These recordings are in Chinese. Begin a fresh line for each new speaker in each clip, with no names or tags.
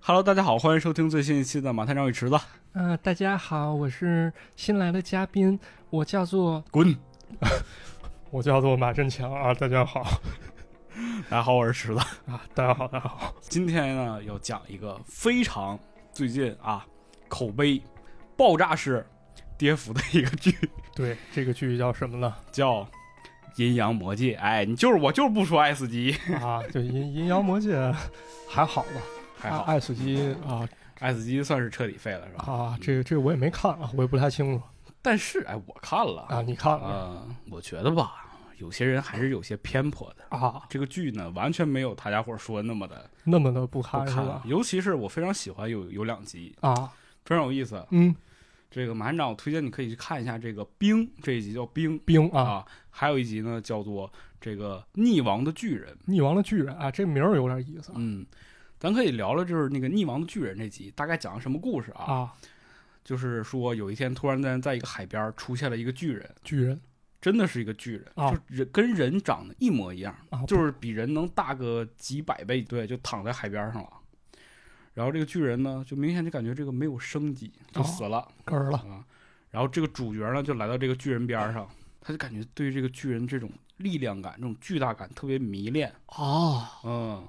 Hello，大家好，欢迎收听最新一期的《马探长与池子》。
呃，大家好，我是新来的嘉宾，我叫做
滚！
我叫做马振强啊，大家好
大家好，我是池子。
啊，大家好，大家好，
今天呢，要讲一个非常最近啊口碑爆炸式跌幅的一个剧，
对，这个剧叫什么呢？
叫《阴阳魔界》。哎，你就是我，就是不说 S 级，
啊，就阴阴阳魔界 还好吧，
还好、
爱死机啊
S 级算是彻底废了，是吧？
啊，这个这个我也没看啊，我也不太清楚
但是哎，我看了
啊，，你看了
呃，我觉得吧，有些人还是有些偏颇的。
啊，
这个剧呢，完全没有大家伙说的那么的
那么的
不
不堪是
堪
吧，？
尤其是我非常喜欢有有两集
啊，
非常有意思。
嗯，
这个马院长，我推荐你可以去看一下这个《冰》这一集叫《冰》
冰啊，
啊，还有一集呢叫做这个《溺亡的巨人》。
溺亡的巨人啊，这名儿有点意思
嗯，咱可以聊聊就是那个《溺亡的巨人》这集大概讲了什么故事啊？
啊，
就是说有一天突然间在一个海边出现了一个巨人，
巨人
真的是一个巨人，
啊
就人跟人长得一模一样，
啊，
就是比人能大个几百倍，对，就躺在海边上了。然后这个巨人呢，就明显就感觉这个没有生机，就
哦
死了。
根儿了
啊。然后这个主角呢，就来到这个巨人边儿上，他就感觉对这个巨人这种力量感、这种巨大感特别迷恋，
哦，
嗯。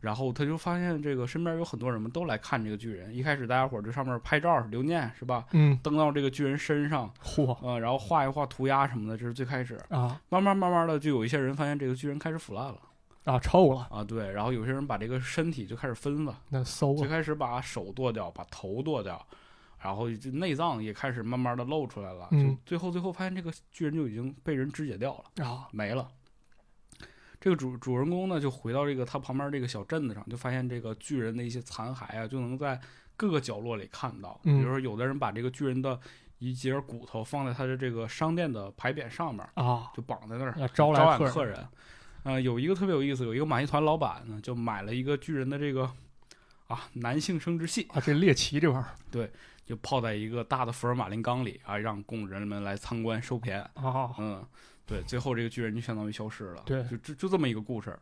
然后他就发现这个身边有很多人们都来看这个巨人。一开始大家伙儿就上面拍照留念是吧？
嗯，
登到这个巨人身上，
嚯
嗯，然后画一画涂鸦什么的，这是最开始。
啊
慢慢慢慢的，就有一些人发现这个巨人开始腐烂了
啊，臭了，
啊，对。然后有些人把这个身体就开始分了，
那馊
最
了
开始把手剁掉，把头剁掉，然后这内脏也开始慢慢的露出来了。
嗯
就最后最后发现这个巨人就已经被人肢解掉了，
啊
没了。这个主主人公呢，就回到这个他旁边这个小镇子上，就发现这个巨人的一些残骸啊，就能在各个角落里看到。
嗯
比如说，有的人把这个巨人的一截骨头放在他的这个商店的牌匾上面，
啊，
就绑在那儿，
要
招
招来
揽客
客人
人。呃，有一个特别有意思，有一个马戏团老板呢，就买了一个巨人的这个啊男性生殖器，
啊，这猎奇这玩意儿
就泡在一个大的福尔马林缸里啊，让供人们来参观收钱。
啊，
嗯，对，最后这个巨人就相当于消失了。
对
就就就这么一个故事。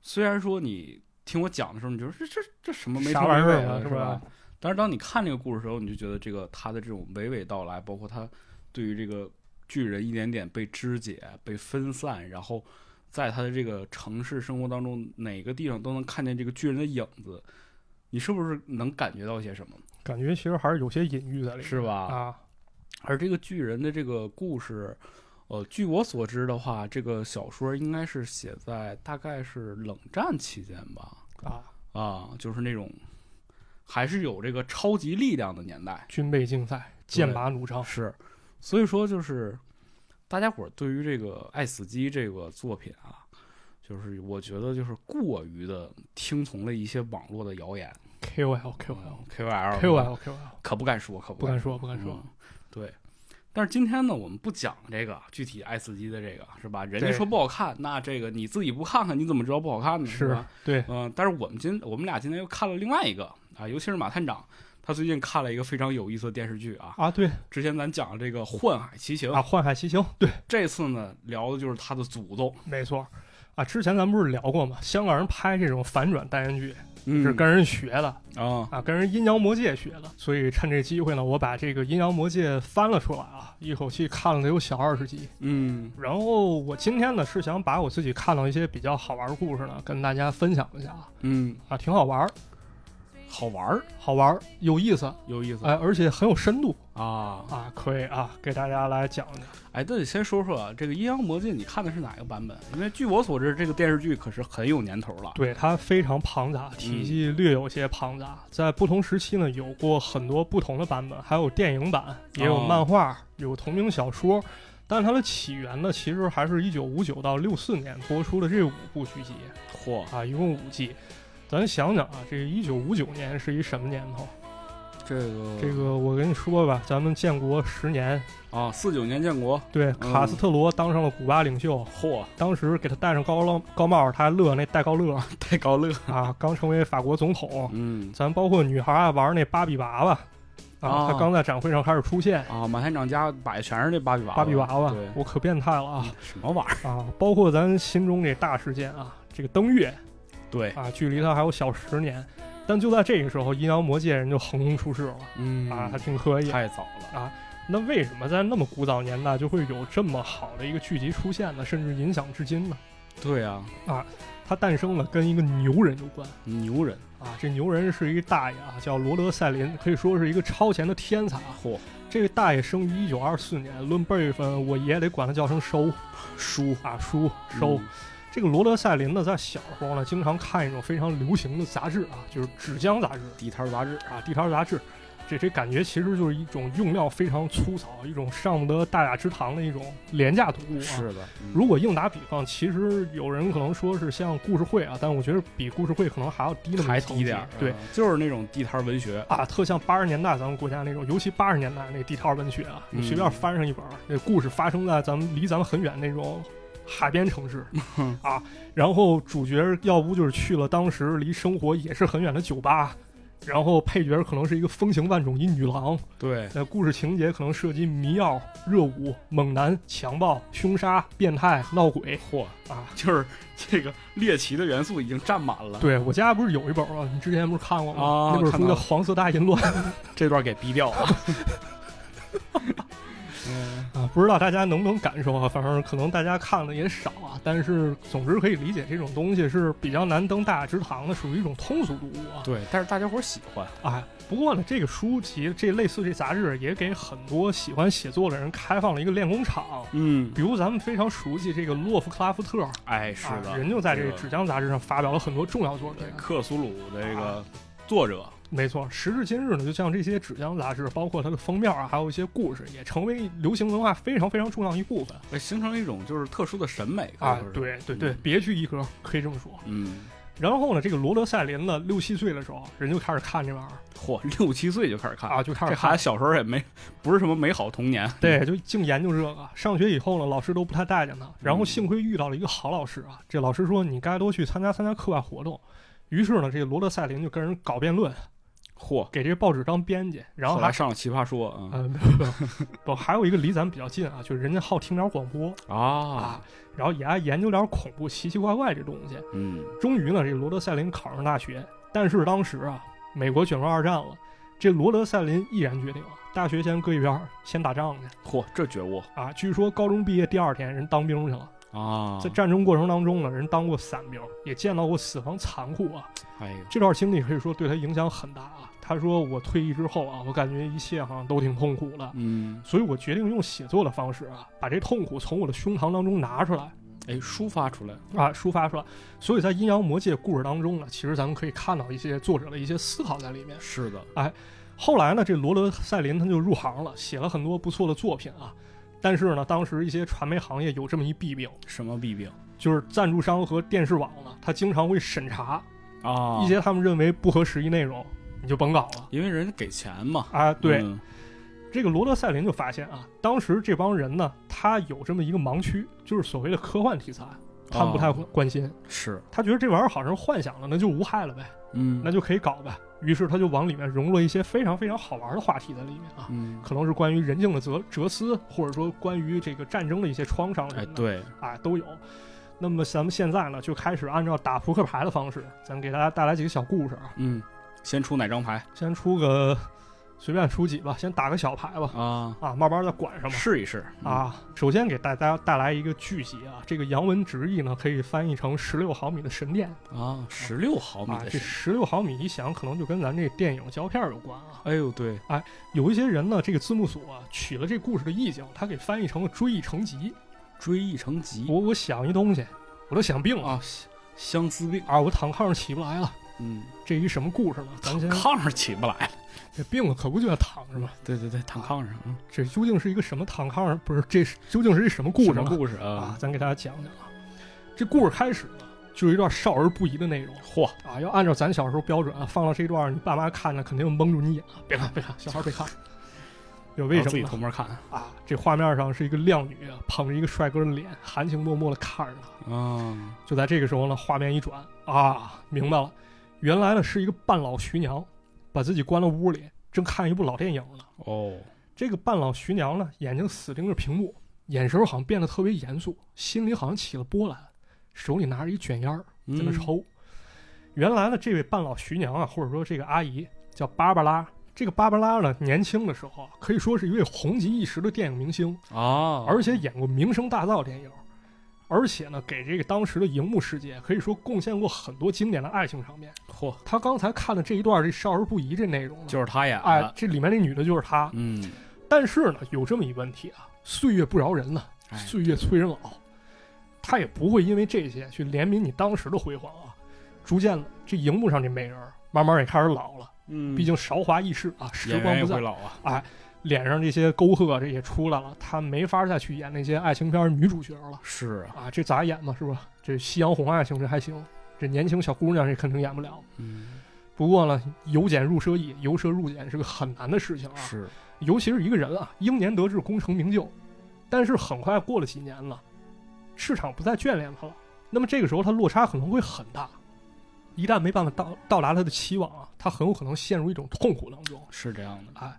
虽然说你听我讲的时候，你觉得这这这什 么没
啥
头
玩
没
意
尾
儿
的，
啊，
是
是
吧
吧？？
但是当你看这个故事的时候，你就觉得这个他的这种娓娓道来，包括他对于这个巨人一点点被肢解、被分散，然后在他的这个城市生活当中，哪个地方都能看见这个巨人的影子，你是不是能感觉到些什么？
感觉其实还是有些隐喻在里面，
是吧？
啊，
而这个巨人的这个故事，呃，据我所知的话，这个小说应该是写在大概是冷战期间吧，
啊，
啊，就是那种还是有这个超级力量的年代。
军备竞赛，剑拔弩张
是，所以说就是大家伙儿对于这个《爱死机》这个作品啊，就是我觉得就是过于的听从了一些网络的谣言嗯
，KOL KOL
KOL
KOL KOL，
可不敢说，可不
不
敢
敢
说，
说不
不
敢说，
对。但是今天呢，我们不讲这个具体爱死机的这个是吧？人家
对
说不好看，那这个你自己不看看，你怎么知道不好看呢？是
是
吧？
对
嗯、但是我们今我们俩今天又看了另外一个啊，尤其是马探长，他最近看了一个非常有意思的电视剧啊。
啊，对
之前咱讲了这个《幻海奇行》
啊，幻海奇行，对，
这次呢聊的就是他的祖宗，
没错。啊，之前咱不是聊过吗？香港人拍这种反转单元剧
嗯
是跟人学的、
啊，
啊，跟人《阴阳魔界》学的。所以趁这机会呢，我把这个《阴阳魔界》翻了出来啊，一口气看了得有小二十集。
嗯
然后我今天呢是想把我自己看到一些比较好玩的故事呢，跟大家分享一下啊，
嗯，
啊，挺好玩儿，
好玩儿，
好玩儿，有意思，
有意思、
哎，而且很有深度
啊。
啊，可以啊，给大家来讲讲。
哎，那你先说说啊这个《阴阳魔界》，你看的是哪个版本？因为据我所知，这个电视剧可是很有年头了。
对，它非常庞杂，体积略有些庞杂，在不同时期呢有过很多不同的版本，还有电影版，也有
哦
漫画，有同名小说。但它的起源呢，其实还是一九五九到六四年播出的这五部续集
嚯，
啊，一共五季。咱想想啊，这一九五九年是一什么年头？
这个
这个我跟你说吧，咱们建国十年，
啊，四九年建国，
对，卡斯特罗当上了古巴领袖，
嚯，
当时给他戴上高帽高帽，他还乐那戴高乐
太高乐，
啊，刚成为法国总统。
嗯
咱包括女孩啊玩那芭比娃娃，
啊
啊，她刚在展会上开始出现，
啊，马探长家摆的全是这芭比娃娃，
芭比娃娃
对，，嗯
我可变态了啊
什么玩意儿？
啊！包括咱心中这大事件啊，这个登月
对，
啊，距离它还有小十年。但就在这个时候，阴阳魔界人就横空出世了
嗯
啊，还挺可以。
太早了，
那为什么在那么古早年代就会有这么好的一个剧集出现呢？甚至影响至今呢？
对啊，
它诞生了跟一个牛人有关
牛人，
啊，这牛人是一个大爷啊，叫罗德赛林，可以说是一个超前的天才啊。
嚯，
这个大爷生于一九二四年，论辈分，我爷得管他叫声叔
叔
啊叔叔。
嗯
这个罗德赛林呢，在小时候呢，经常看一种非常流行的杂志啊，就是纸浆杂志
地摊儿杂志，
啊，地摊杂志。这这感觉其实就是一种用料非常粗糙，一种上不得大雅之堂的一种廉价读物啊。
是的，嗯
如果硬打比方，其实有人可能说是像故事会啊，但我觉得比故事会可能还要低那么
还
一层
低
级
点儿，
对
啊，就是那种地摊儿文学，
啊，特像八十年代咱们国家那种，尤其八十年代那地摊文学啊，
嗯
你随便翻上一本儿，那故事发生在咱们离咱们很远那种海边 城市啊，然后主角要不就是去了当时离生活也是很远的酒吧。然后配角可能是一个风情万种一女郎，
对，
呃，故事情节可能涉及迷药、热舞、猛男、强暴、凶杀、变态、闹鬼
嚯，
啊，
就是这个猎奇的元素已经占满了，
对我家不是有一本吗？你之前不是看过吗？
啊
那本
看
书
到
叫《
了
黄色大淫乱》
这段给逼掉了。 嗯，
啊，不知道大家能不能感受啊？反正可能大家看的也少啊，但是总之可以理解这种东西是比较难登大雅之堂的，属于一种通俗读物啊。
对，但是大家伙儿喜欢，
哎，不过呢，这个书籍这类似这杂志也给很多喜欢写作的人开放了一个练功场。
嗯，
比如咱们非常熟悉这个洛夫克拉夫特啊，
哎，是的，
人就在这个
这
纸浆杂志上发表了很多重要作品
对。克苏鲁
啊
的这个作者，
没错，时至今日呢，就像这些纸浆杂志，包括它的封面啊，还有一些故事，也成为流行文化非常非常重要一部分
哎形成一种就是特殊的审美
啊。，对对对
嗯，
别具一格，可以这么说。
可以说是嗯，
然后呢，这个罗德赛林呢，六七岁的时候，人就开始看这玩意儿
嚯，六七岁就开始看，
啊，就开始
这
看
孩子。小时候也没不是什么美好童年，
对，就净研究这个。上学以后呢，老师都不太待见他。然后幸亏遇到了一个好老师啊，这老师说你该多去参加参加课外活动。于是呢，这个罗德赛林就跟人搞辩论，
嚯，
给这报纸当编辑，然后
后
还
来上了《奇葩说》嗯
呃，没有没有不，还有一个离咱们比较近啊，就是人家好听点广播
啊
啊，，然后也爱研究点恐怖、奇奇怪怪这东西。
嗯，
终于呢，这罗德赛林考上大学，但是当时啊，美国卷入二战了，这罗德赛林毅然决定啊，大学先搁一边儿，先打仗去
嚯，这觉悟
啊。据说高中毕业第二天，人当兵去了，
啊
在，战争过程当中呢，人当过伞兵，也见到过死亡残酷啊。
哎呦，
这段经历可以说对他影响很大啊。他说：“我退役之后啊，我感觉一切好像都挺痛苦的，
嗯，
所以我决定用写作的方式啊，把这痛苦从我的胸膛当中拿出来。”
哎，抒发出来了，
啊抒发出来。所以在《阴阳魔界》故事当中呢，其实咱们可以看到一些作者的一些思考在里面。
是的，
后来呢，这罗德赛林他就入行了，写了很多不错的作品啊。但是呢，当时一些传媒行业有这么一弊病，
什么弊病
就是赞助商和电视网呢，他经常会审查
啊
一些他们认为不合时宜内容，你就甭搞了。
因为人给钱嘛，
啊，对，
嗯
这个罗德赛林就发现啊，当时这帮人呢，他有这么一个盲区，就是所谓的科幻题材，他们不太
啊
关心，
是，
他觉得这玩意儿好像是幻想的，那就无害了呗。
嗯，
那就可以搞呗。于是他就往里面融入了一些非常非常好玩的话题在里面啊，
嗯，
可能是关于人性的哲哲思，或者说关于这个战争的一些创伤什
哎，
么的，
对，
哎都有。那么咱们现在呢，就开始按照打扑克牌的方式，咱给大家带来几个小故事啊。
嗯，先出哪张牌
先出个随便出几吧，先打个小牌吧，
啊？
啊，慢慢再管上吧。
试一试，
啊，首先给大家带来一个剧集啊，这个洋文直译呢可以翻译成十六毫米的神殿
嗯啊，十六毫米
啊，
的是，
这十六毫米一想可能就跟咱这电影胶片有关啊。
哎呦，对，
有一些人呢，这个字幕组啊取了这故事的意境，他给翻译成了追忆成疾。
追忆成疾
我我想一东西，我都想病了
啊，相相思病，
啊，我躺炕上起不来了。
嗯，
这一什么故事呢？咱先
炕上起不来，
这病了可不就要躺着吗？
对对对，躺
啊
炕上，嗯
这究竟是一个什么躺炕上？不是，这是究竟是一什么故事
什
呢？
么故事
啊
啊？，
咱给大家讲讲啊。这故事开始呢，就是一段少儿不宜的内容
嚯，
啊。要按照咱小时候标准啊，放到这段你爸妈看着肯定蒙住你眼啊，别看别看，小孩别 看。有为
让
什
自
么
己
呢
偷？摸看
啊，这画面上是一个靓女啊捧着一个帅哥的脸，含情脉脉的看着他。
啊？
就在这个时候呢，画面一转啊，明白了，原来呢是一个半老徐娘，把自己关到屋里，正看一部老电影呢。
哦，
这个半老徐娘呢，眼睛死盯着屏幕，眼神好像变得特别严肃，心里好像起了波澜，手里拿着一卷烟儿在那
嗯
抽。原来的这位半老徐娘啊，或者说这个阿姨叫芭芭拉。这个芭芭拉呢，年轻的时候啊可以说是一位红极一时的电影明星，
啊，
而且演过名声大噪电影，而且呢，给这个当时的荧幕世界可以说贡献过很多经典的爱情场面。
嚯，
他刚才看的这一段这少儿不宜这内容呢，
哦就是他演
哎
的，，
这里面那女的就是她。
嗯，
但是呢，有这么一问题啊，岁月不饶人呐、
哎
岁月催人老，他也不会因为这些去怜悯你当时的辉煌啊。逐渐的，这荧幕上这美人儿慢慢也开始老了，
嗯，
毕竟韶华易逝啊，时
演
光
员也
不再
会，老啊，
脸上这些沟壑这也出来了，她没法再去演那些爱情片儿女主角了
是啊，
啊，这咋演呢？是吧？这夕阳红啊，行，这还行，这年轻小姑娘这肯定演不了。
嗯，
不过呢，由俭入奢易，由奢入俭是个很难的事情啊。
是，
尤其是一个人啊，英年得志，功成名就，但是很快过了几年了，市场不再眷恋他了。那么这个时候，他落差可能会很大。一旦没办法到到达他的期望啊，他很有可能陷入一种痛苦当中。
是这样的，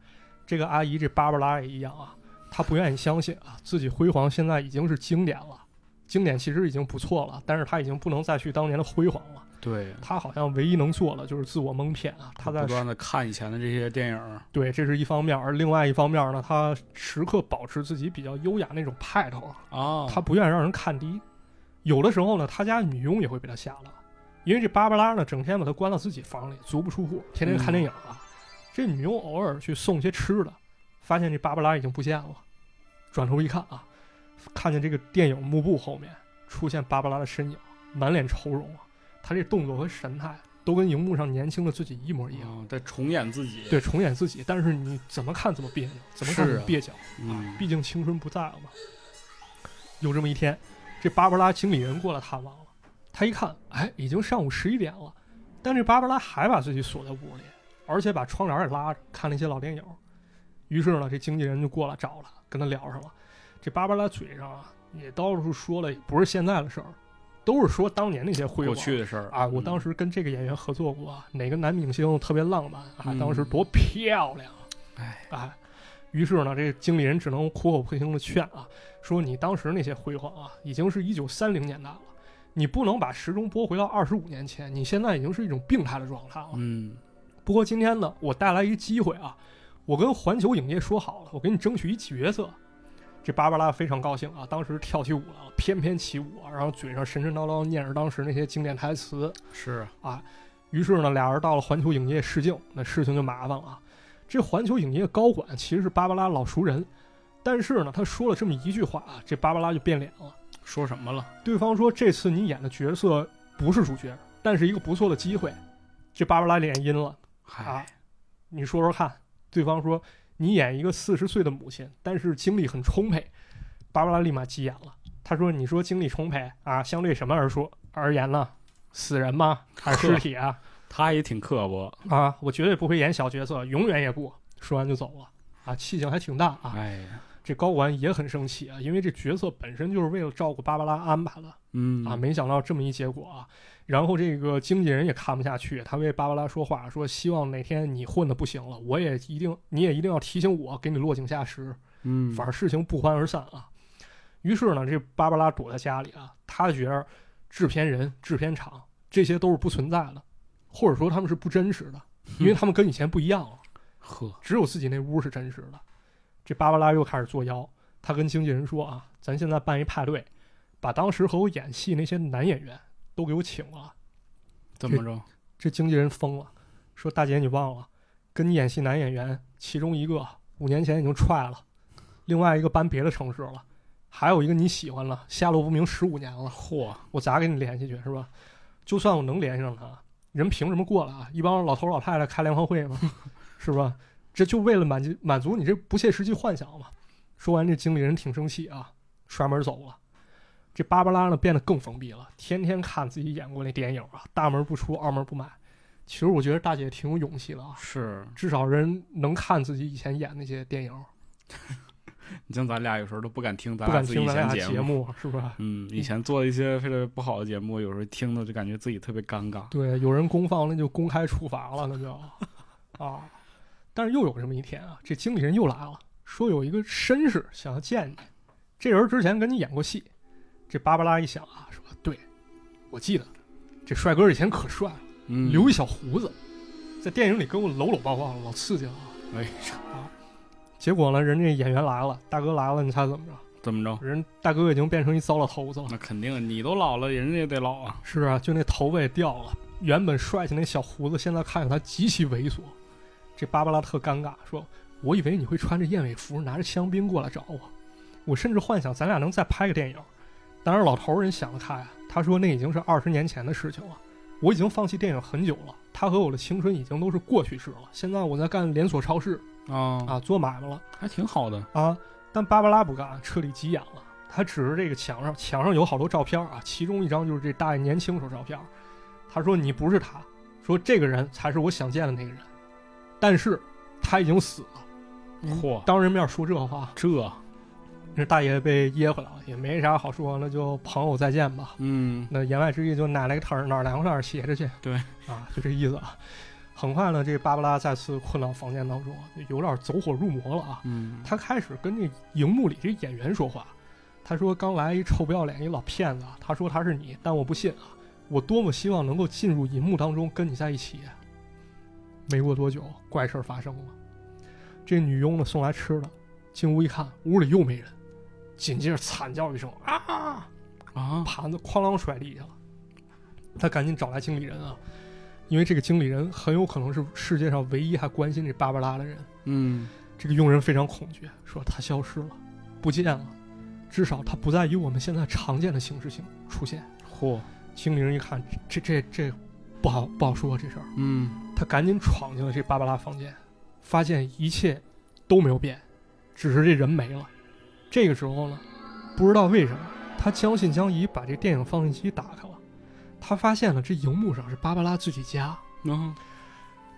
这个阿姨，这芭芭拉也一样啊，她不愿意相信啊，自己辉煌现在已经是经典了，经典其实已经不错了，但是她已经不能再去当年的辉煌了。
对，
她好像唯一能做的就是自我蒙骗啊，她在
不断的看以前的这些电影，
对，这是一方面，而另外一方面呢，他时刻保持自己比较优雅那种派头，
啊，
哦他不愿意让人看低。有的时候呢，他家女佣也会被他吓到，因为这芭芭拉呢，整天把他关到自己房里，足不出户，天天看电影
嗯
啊。这女佣偶尔去送些吃的，发现这芭芭拉已经不见了，转头一看啊，看见这个电影幕布后面出现芭芭拉的身影，满脸愁容啊，他这动作和神态都跟荧幕上年轻的自己一模一样。
啊，在重演自己，，
对，重演自己，但是你怎么看怎么别扭，怎么看
是
怎么
啊
蹩脚，
嗯，
毕竟青春不在了嘛。有这么一天，这芭芭拉经理人过来探望了，他一看，哎，已经上午十一点了，但这芭芭拉还把自己锁在屋里，而且把窗帘也拉着，看了一些老电影。于是呢，这经纪人就过来找他，跟他聊上了。这芭芭拉嘴上啊，也到处说了，也不是现在的事儿，都是说当年那些辉
过
煌。
去的事儿
啊，我当
时
时跟这个演员合作过，哪个男明星特别浪漫啊，
嗯
当时多漂亮，
哎
啊，于是呢，这个经理人只能苦口婆心的劝啊，说你当时那些辉煌啊，已经是一九三零年代了，你不能把时钟拨回到二十五年前，你现在已经是一种病态的状态了。
嗯，
不过今天呢，我带来一个机会啊，我跟环球影业说好了，我给你争取一角色。这芭芭拉非常高兴啊，当时跳起舞来了，翩翩起舞啊，然后嘴上神神叨叨念着当时那些经典台词，
是啊
于是呢，俩人到了环球影业试镜，那事情就麻烦了啊。这环球影业高管其实是芭芭拉老熟人，但是呢，他说了这么一句话啊，这芭芭拉就变脸了。
说什么了？
对方说这次你演的角色不是主角，但是一个不错的机会。这芭芭拉脸阴了，
嗨
啊，你说说看。对方说你演一个四十岁的母亲，但是精力很充沛。芭芭拉立马急眼了，他说：“你说精力充沛啊，相对什么而说而言呢？死人吗？还是尸体啊？”
他也挺刻薄，
啊，我绝对不会演小角色，永远也不。说完就走了，啊，气性还挺大啊。
哎呀，
这高管也很生气啊，因为这角色本身就是为了照顾芭芭拉安排的
嗯
啊，没想到这么一结果啊。然后这个经纪人也看不下去，他为芭芭拉说话，说希望哪天你混的不行了，我也一定，你也一定要提醒我，给你落井下石。
嗯，
反正事情不欢而散啊。于是呢，这芭芭拉躲在家里啊，她觉得制片人、制片厂这些都是不存在的，或者说他们是不真实的，因为他们跟以前不一样了，
呵，
只有自己那屋是真实的。这芭芭拉又开始作妖，她跟经纪人说啊，咱现在办一派对，把当时和我演戏那些男演员都给我请了。
怎么着？
这经纪人疯了，说大姐你忘了，跟你演戏男演员其中一个五年前已经踹了，另外一个搬别的城市了，还有一个你喜欢了，下落不明十五年了，
嚯，
我咋给你联系去是吧？就算我能联系上他，人凭什么过来啊？一帮老头老太太开联欢会吗？是吧？这就为了满足满足你这不切实际幻想嘛。说完，这经理人挺生气啊，摔门走了。这芭芭拉呢变得更封闭了，天天看自己演过那电影啊，大门不出二门不迈。其实我觉得大姐挺有勇气的啊，
是，
至少人能看自己以前演那些电影，
你像咱俩有时候都不敢听咱
不敢
自己
听
以
咱
前
俩
节
节目是吧？
嗯，以前做的一些非常不好的节目，有时候听的就感觉自己特别尴尬。
对，有人公放那就公开处罚了，那就 啊。但是又有这么一天啊，这经理人又来了，说有一个绅士想要见你，这人之前跟你演过戏。这芭芭拉一想啊，说对，我记得这帅哥以前可帅了，
嗯
留一小胡子，在电影里给我搂搂抱抱，老刺激了。
哎
啊！结果呢，人这演员来了，大哥来了，你猜怎么着？
怎么着？
人大哥已经变成一糟老头子了。
那肯定，你都老了，人家也得老啊。
是啊，就那头发也掉了，原本帅气那小胡子，现在看着他极其猥琐。这芭芭拉特尴尬，说：“我以为你会穿着燕尾服，拿着香槟过来找我，我甚至幻想咱俩能再拍个电影。”当然，老头儿人想得开啊，他说那已经是二十年前的事情了，我已经放弃电影很久了，他和我的青春已经都是过去式了。现在我在干连锁超市
啊，
啊，做买卖了
还挺好的。
啊。但芭芭拉不干，彻底急眼了。她指着这个墙上，墙上有好多照片啊，其中一张就是这大爷年轻时候照片。她说：“你不是他，说这个人才是我想见的那个人，但是他已经死了。嗯
嚯，
当着人面说这话，
这，
这大爷被噎回来了，也没啥好说，那就朋友再见吧。
嗯，
那言外之意就哪来个摊儿哪儿凉快哪儿斜着去。
对，
啊，就这意思啊。很快呢，这芭芭拉再次困到房间当中，有点走火入魔了啊。
嗯，
他开始跟这荧幕里这演员说话，他说刚来一臭不要脸一老骗子啊，他说他是你，但我不信啊，我多么希望能够进入荧幕当中跟你在一起。啊没过多久，怪事儿发生了，这女佣呢送来吃的，进屋一看，屋里又没人，紧接着惨叫一声啊，
啊，
盘子哐啷摔地下了，他赶紧找来经理人啊。因为这个经理人很有可能是世界上唯一还关心这芭芭拉的人，
嗯，
这个佣人非常恐惧，说他消失了，不见了，至少他不再以我们现在常见的形式性出现。
嚯，
经理人一看，这这这这不好不好说这事儿，
嗯，
他赶紧闯进了这芭芭拉房间，发现一切都没有变，只是这人没了。这个时候呢，不知道为什么，他将信将疑把这电影放映机打开了，他发现了这荧幕上是芭芭拉自己家，
嗯，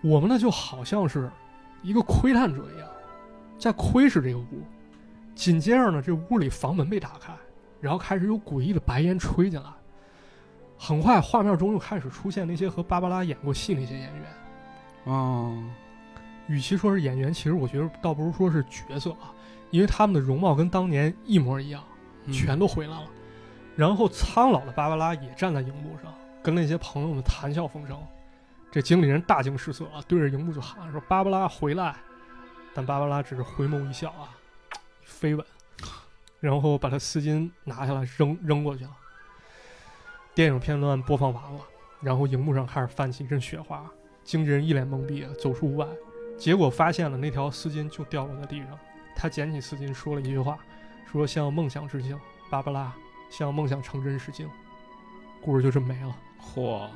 我们呢就好像是一个窥探者一样，在窥视这个屋。紧接着呢，这屋里房门被打开，然后开始有诡异的白烟吹进来。很快，画面中又开始出现那些和芭芭拉演过戏那些演员。
啊，
与其说是演员，其实我觉得倒不如说是角色啊，因为他们的容貌跟当年一模一样，
嗯
全都回来了。然后苍老的芭芭拉也站在荧幕上，跟那些朋友们谈笑风生。这经理人大惊失色啊，对着荧幕就喊说：“芭芭拉回来！”但芭芭拉只是回眸一笑啊，飞吻，然后把他丝巾拿下来扔扔过去了。电影片段播放完了，然后荧幕上开始泛起一阵雪花，经纪人一脸懵逼啊，走出屋外，结果发现了那条丝巾就掉落在地上。他捡起丝巾说了一句话：“说向梦想致敬，芭芭拉，向梦想成真致敬。”故事就这么没了，
嚯，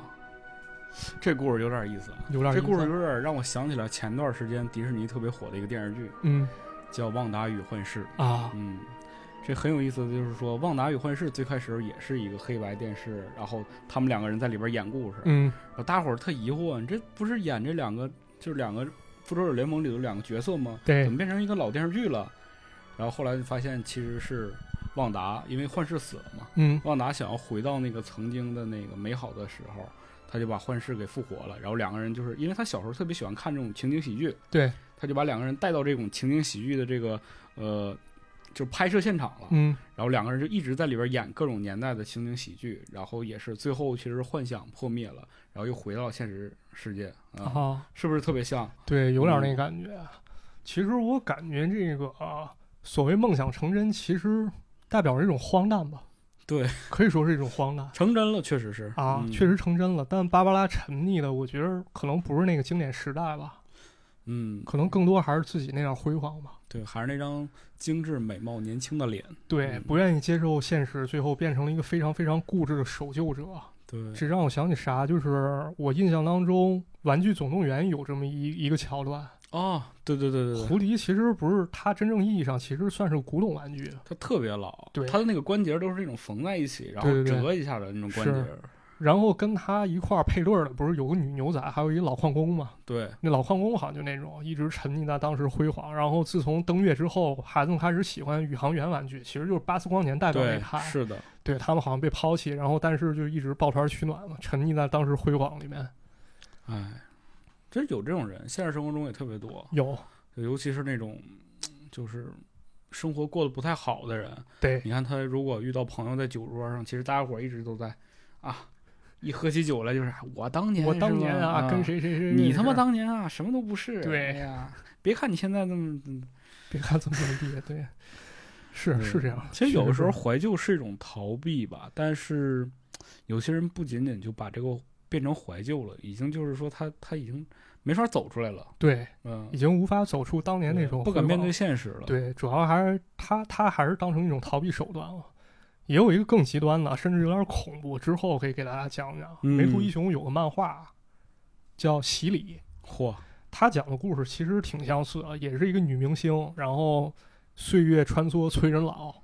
这故事有点意思啊。
有点
这
意思
故事有点让我想起来前段时间迪士尼特别火的一个电视剧，
嗯
叫《旺达与幻视》。
啊
嗯，这很有意思的就是说，《旺达与幻视》最开始也是一个黑白电视，然后他们两个人在里边演故事，
嗯
然后大伙儿特疑惑，你这不是演这两个就是两个复仇者联盟里的两个角色吗？
对
怎么变成一个老电视剧了？然后后来就发现其实是旺达，因为幻视死了嘛，
嗯
旺达想要回到那个曾经的那个美好的时候，他就把幻视给复活了。然后两个人就是因为他小时候特别喜欢看这种情景喜剧，
对
他就把两个人带到这种情景喜剧的这个呃，就拍摄现场了。
嗯
然后两个人就一直在里边演各种年代的情景喜剧，然后也是最后其实幻想破灭了，然后又回到现实世界啊、
啊
是不是特别像？
对，有点那感觉。啊其实我感觉这个、啊、所谓梦想成真，其实代表着一种荒诞吧。
对，
可以说是一种荒诞。
成真了，确实是
啊，
嗯
确实成真了，但芭芭拉沉溺的，我觉得可能不是那个经典时代吧，
嗯，
可能更多还是自己那样辉煌吧。
对，还是那张精致、美貌、年轻的脸，
对，
嗯
不愿意接受现实，最后变成了一个非常非常固执的守旧者。
对，
这让我想起啥？就是我印象当中，《玩具总动员》有这么一一个桥段，
哦，对对对对对，
胡迪其实不是它真正意义上，其实算是古董玩具。
他特别老，
对
他的那个关节都是那种缝在一起，然
对
后
对对
折一下的那种关
是
节，
然后跟他一块儿配对儿的，不是有个女牛仔，还有一老矿工嘛？
对，
那老矿工好像就那种一直沉溺在当时辉煌，然后自从登月之后，孩子们开始喜欢宇航员玩具，其实就是八四光年代表那
对
派，。
是的，
对他们好像被抛弃，然后但是就一直抱团取暖嘛，沉溺在当时辉煌里面。
哎，真有这种人，现实生活中也特别多，
有，
尤其是那种就是生活过得不太好的人，
对
你看他如果遇到朋友在酒桌上，其实大家伙儿一直都在啊，一喝起酒来就是哎我当年
我当年
是吧
啊，跟谁谁谁，
你他妈当年啊，什么都不是。
对
哎呀，别看你现在这么，嗯
别看怎么怎么地，对，是是这样。
其实有的时候
确
怀旧是一种逃避吧，但是有些人不仅仅就把这个变成怀旧了，已经就是说他他已经没法走出来了。
是对，
嗯
已，经无法走出当年那种
不
辉
敢
煌
面对现实了。，
对，主要还是他他还是当成一种逃避手段了。也有一个更极端的，甚至有点恐怖，之后可以给大家讲讲。
嗯
梅图一雄有个漫画叫《洗礼
嚯，》，
他讲的故事其实挺相似的，也是一个女明星，然后岁月穿梭催人老，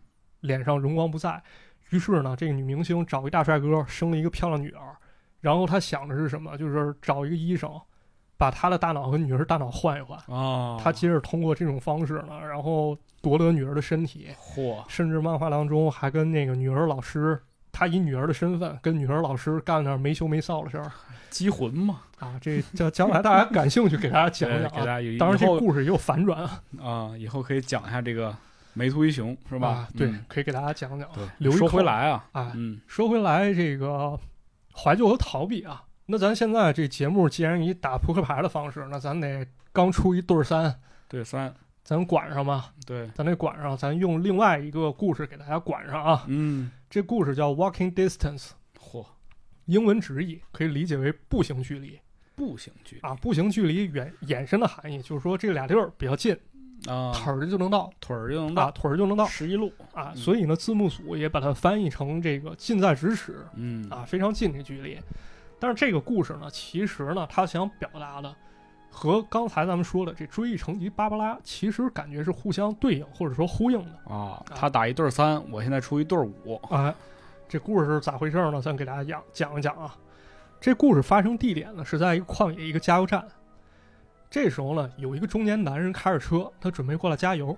脸上容光不再。于是呢，这个女明星找一大帅哥，生了一个漂亮女儿，然后她想的是什么？就是找一个医生，把她的大脑和女儿大脑换一换。
哦，
他接着通过这种方式呢，然后夺得女儿的身体，
嚯，
甚至漫画当中还跟那个女儿老师，他以女儿的身份跟女儿老师干点没羞没臊的事儿
机魂嘛，
啊。这将将来大家感兴趣，给大家讲
对给
讲
大
啊。
家有
当然，
以
这
后
故事也有反转啊，
啊，以后可以讲一下这个梅图一雄是
是
吧？嗯
啊对，可以给大家讲讲啊。
对，
留一
说
口
回来啊，
哎，
嗯，
说回来，这个怀旧和逃避啊，那咱现在这节目既然以打扑克牌的方式，那咱得刚出一对儿三，
对三，
咱管上吧，
对，
咱得管上，咱用另外一个故事给大家管上啊。
嗯，
这故事叫《Walking Distance》，
嚯，
英文直译可以理解为“步行距离
步行距”
啊，“步行距离”远衍生的含义就是说这俩地儿比较近，
啊，
腿儿就能到
腿儿就能
啊，
到
腿儿就能到
十一路，
啊，
嗯
所以呢，字幕组也把它翻译成这个“近在咫尺”
嗯
啊，非常近这距离。但是这个故事呢，其实呢，它想表达的和刚才咱们说的这追忆成疾芭芭拉，其实感觉是互相对应或者说呼应的。
啊，他打一对儿三，我现在出一对儿五，
哎，这故事是咋回事呢？咱给大家讲讲一讲啊。这故事发生地点呢是在一个旷野一个加油站。这时候呢，有一个中年男人开着车，他准备过来加油。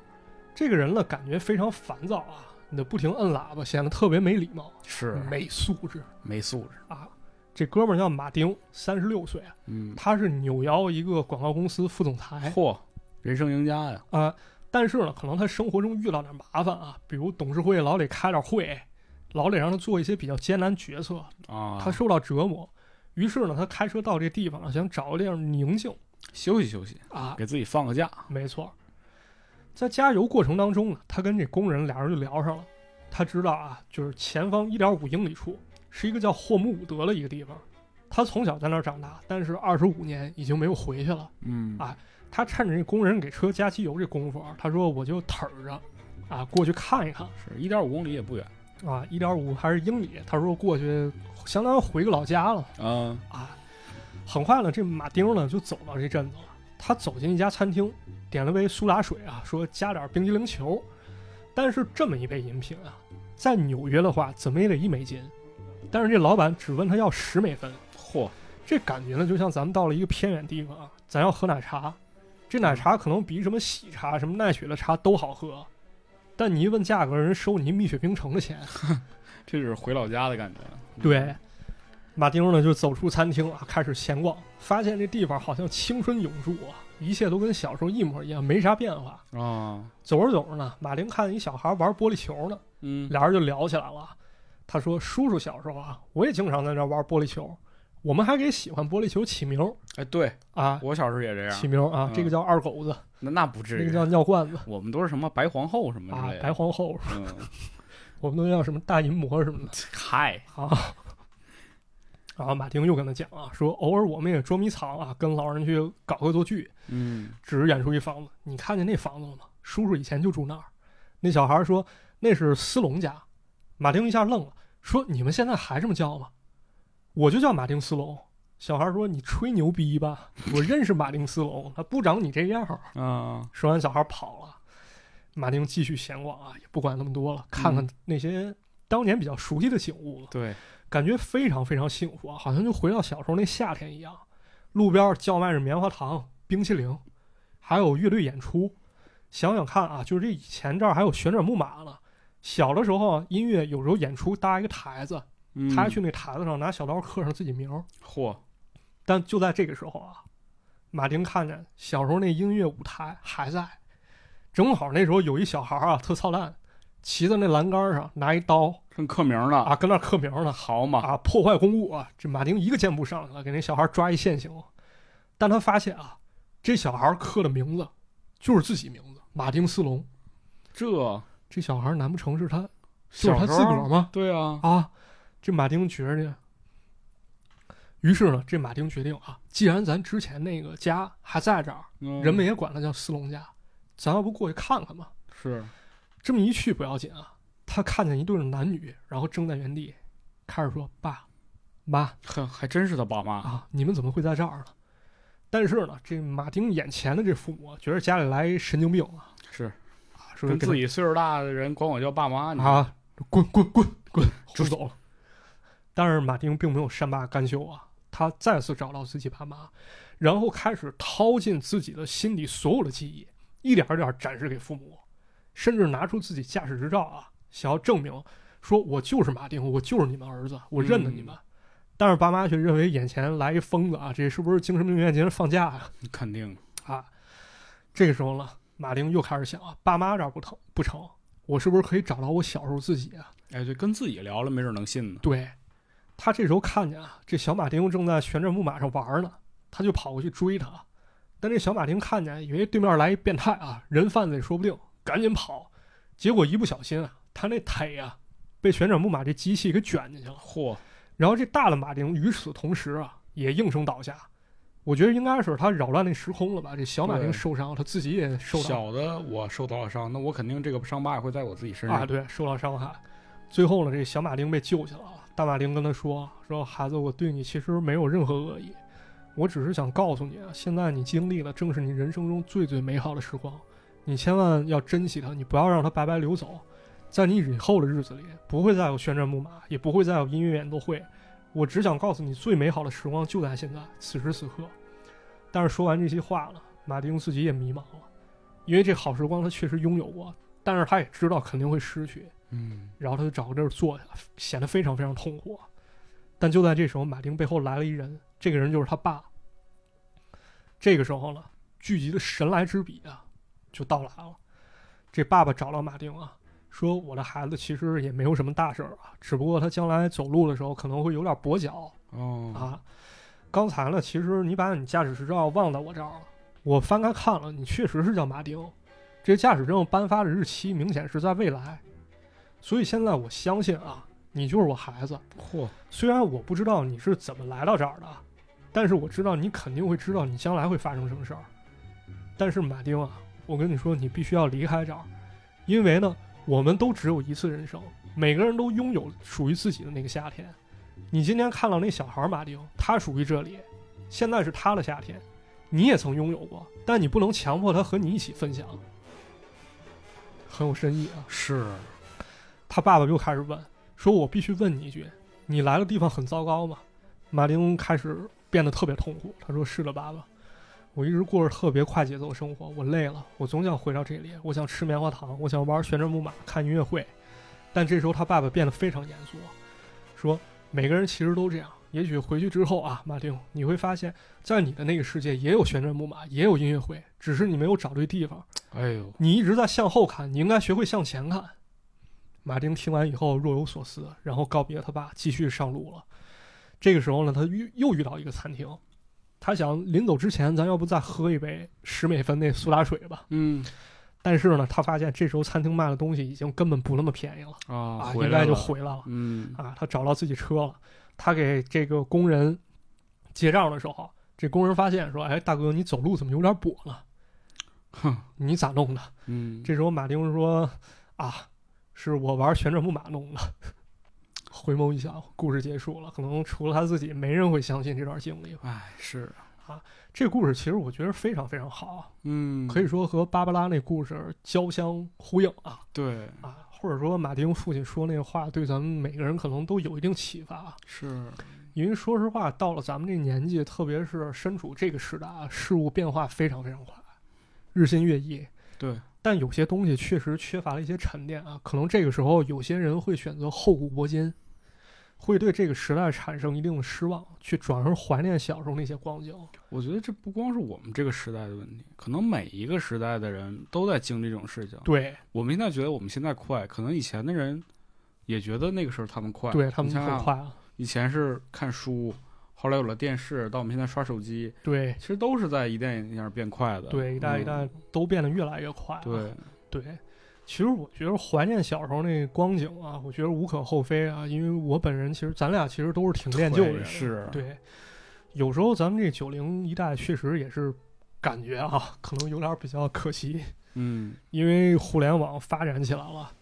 这个人呢，感觉非常烦躁啊，你的不停摁喇叭，显得特别没礼貌，
是
没素质
没素质，
啊。这哥们儿叫马丁，三十六岁，啊
嗯，
他是纽瑶一个广告公司副总裁
嚯，人生赢家呀，
啊。但是呢，可能他生活中遇到点麻烦啊，比如董事会老得开点会，老得让他做一些比较艰难决策，
啊，
他受到折磨，于是呢，他开车到这地方了，想找个地方宁静
休息休息，
啊，
给自己放个假，
没错。在加油过程当中呢，他跟这工人俩人就聊上了。他知道啊，就是前方一点五英里处是一个叫霍姆伍德的一个地方。他从小在那儿长大，但是二十五年已经没有回去了。
嗯
啊他趁着这工人给车加机油这功夫啊，他说我就腿儿着，啊，过去看一看
是一点五公里也不远，
啊，一点五还是英里。他说过去相当于回个老家了。
啊，
啊，很快呢，这马丁呢就走到这镇子了。他走进一家餐厅，点了杯苏打水啊，说加点冰激凌球。但是这么一杯饮品啊，在纽约的话，怎么也得一美金。但是这老板只问他要十美分，
嚯，
这感觉呢，就像咱们到了一个偏远地方啊，咱要喝奶茶，这奶茶可能比什么喜茶、什么奈雪的茶都好喝，但你一问价格，人收你蜜雪冰城的钱。
这就是回老家的感觉，
对，马丁呢就走出餐厅啊，开始闲逛，发现这地方好像青春永驻啊，一切都跟小时候一模一样，没啥变化。
啊，
走着走着呢，马丁看见一小孩玩玻璃球呢，
嗯，
俩人就聊起来了。他说：“叔叔小时候啊，我也经常在那玩玻璃球，我们还给喜欢玻璃球起名儿
哎，对
啊，
我小时候也这
起
样，
名儿啊，
嗯
这个叫二狗子，
那那不至
那个
于，
叫尿罐子
我们都是什么白皇后什么
啊
之类，
白
的，
皇后，
嗯，
我们都叫什么大淫魔什么的
嗨，
啊。”然后马丁又跟他讲啊，说偶尔我们也捉迷藏啊，跟老人去搞恶作剧，
嗯，
指着远处一房子，你看见那房子了吗？叔叔以前就住那儿。那小孩说那是斯隆家。马丁一下愣了，说你们现在还这么叫吗？我就叫马丁斯隆。小孩说你吹牛逼吧，我认识马丁斯隆，他不长你这样儿。
啊，
说完，小孩跑了。马丁继续闲逛啊，也不管那么多了，看看那些当年比较熟悉的景物了。
对，
感觉非常非常幸福啊，好像就回到小时候那夏天一样。路边叫卖着棉花糖、冰淇淋，还有乐队演出。想想看啊，就是这以前这儿还有旋转木马呢。小的时候啊，音乐有时候演出搭一个台子，
嗯
他还去那台子上拿小刀刻上自己名儿。
嚯，
但就在这个时候啊，马丁看见小时候那音乐舞台还在，正好那时候有一小孩啊特操蛋，骑在那栏杆上拿一刀
正刻名呢，
啊，跟那儿刻名呢，
好嘛，
啊，破坏公务啊！这马丁一个箭步上来了，给那小孩抓一现行。但他发现啊，这小孩刻的名字就是自己名字，马丁斯隆。
这
这小孩难不成是他，就是
小
他
时
自个儿
候
吗？
对啊，
啊，这马丁觉着呢。于是呢，这马丁决定啊，既然咱之前那个家还在这儿，
嗯
人们也管它叫斯隆家，咱要不过去看看吧？
是
这么一去不要紧啊，他看见一对男女，然后怔在原地，开始说：“爸，妈，
还还真是他爸妈，
啊，你们怎么会在这儿呢？但是呢，这马丁眼前的这父母觉得家里来神经病了，
是
啊，说
跟
给
自己岁数大的人管我叫爸妈，
他
你
啊，滚滚滚滚，出走了。但是马丁并没有善罢甘休啊，他再次找到自己爸妈，然后开始掏尽自己的心里所有的记忆，一点儿一点儿展示给父母，甚至拿出自己驾驶执照啊，想要证明说我就是马丁，我就是你们儿子，我认得你们。但是爸妈却认为眼前来一疯子啊，这是不是精神病院今天放假啊？
肯定
啊，这个时候呢，马丁又开始想啊，爸妈这儿不疼不成，我是不是可以找到我小时候自己啊？
哎，对，跟自己聊了，没准能信呢。
对，他这时候看见啊，这小马丁正在旋转木马上玩呢，他就跑过去追他。但这小马丁看见，以为对面来一变态啊，人贩子也说不定，赶紧跑。结果一不小心啊，他那腿啊，被旋转木马这机器给卷进去了。
嚯，
然后这大的马丁与此同时啊，也应声倒下。我觉得应该是他扰乱那时空了吧？这小马丁
对
受伤，他自己也受伤
小的我受到了伤，那我肯定这个伤疤也会在我自己身
啊，
上。
对，受到伤害。最后呢，这小马丁被救起来了。啊大马丁跟他说：“说孩子，我对你其实没有任何恶意，我只是想告诉你，啊，现在你经历了正是你人生中最最美好的时光，你千万要珍惜它，你不要让它白白流走。在你以后的日子里，不会再有旋转木马，也不会再有音乐演奏会。我只想告诉你，最美好的时光就在现在，此时此刻。”但是说完这些话了，马丁自己也迷茫了，因为这好时光他确实拥有过，但是他也知道肯定会失去，
嗯，
然后他就找个地儿坐下，显得非常非常痛苦。但就在这时候，马丁背后来了一人，这个人就是他爸。这个时候呢，聚集的神来之笔啊，就到来了。这爸爸找到马丁啊，说：“我的孩子其实也没有什么大事儿啊，只不过他将来走路的时候可能会有点跛脚，
哦，
啊，刚才呢，其实你把你驾驶执照忘到我这儿了，我翻开看了，你确实是叫马丁，这驾驶证颁发的日期明显是在未来，所以现在我相信啊，你就是我孩子。
嚯，
虽然我不知道你是怎么来到这儿的，但是我知道你肯定会知道你将来会发生什么事儿。但是马丁啊，我跟你说，你必须要离开这儿，因为呢，我们都只有一次人生，每个人都拥有属于自己的那个夏天。你今天看到那小孩儿马丁，他属于这里，现在是他的夏天，你也曾拥有过，但你不能强迫他和你一起分享。很有深意啊。
是
他爸爸又开始问，说我必须问你一句，你来的地方很糟糕吗？马丁开始变得特别痛苦，他说是的，爸爸，我一直过着特别快节奏的生活，我累了，我总想回到这里，我想吃棉花糖，我想玩旋转木马，看音乐会。但这时候他爸爸变得非常严肃，说每个人其实都这样。也许回去之后啊，马丁，你会发现在你的那个世界也有旋转木马，也有音乐会，只是你没有找对地方。
哎呦，
你一直在向后看，你应该学会向前看。马丁听完以后若有所思，然后告别他爸，继续上路了。这个时候呢，他遇又遇到一个餐厅，他想临走之前，咱要不再喝一杯十美分那苏打水吧？
嗯
但是呢，他发现这时候餐厅卖的东西已经根本不那么便宜了
啊，
啊，
回
应
来
该就
了，
回来了。
嗯，
啊，他找到自己车了。他给这个工人结账的时候，这工人发现说：“哎，大哥，你走路怎么有点跛了？
哼，
你咋弄的？”
嗯，
这时候马丁说：“啊，是我玩旋转木马弄的。”回眸一笑，故事结束了。可能除了他自己，没人会相信这段经历吧。
哎是，
这故事其实我觉得非常非常好啊，
嗯，
可以说和芭芭拉那故事交相呼应啊
对，
啊，或者说马丁父亲说那话，对咱们每个人可能都有一定启发啊。
是，
因为说实话，到了咱们这年纪，特别是身处这个时代啊，事物变化非常非常快，日新月异。
对，
但有些东西确实缺乏了一些沉淀啊，可能这个时候有些人会选择厚古薄今，会对这个时代产生一定的失望，去转而怀念小时候那些光景。
我觉得这不光是我们这个时代的问题，可能每一个时代的人都在经历这种事情。
对
我们现在觉得我们现在快，可能以前的人也觉得那个时候他们快，
对他们
你想
很
想
快啊，
以前是看书，后来有了电视，到我们现在刷手机，
对
其实都是在一代一代变快的。
对，一代一代都变得越来越快、啊
嗯。对，
对，其实我觉得怀念小时候那光景啊，我觉得无可厚非啊，因为我本人其实咱俩其实都是挺恋旧的
对
人，
是
对。有时候咱们这九零一代确实也是感觉啊，可能有点比较可惜，
嗯，
因为互联网发展起来了，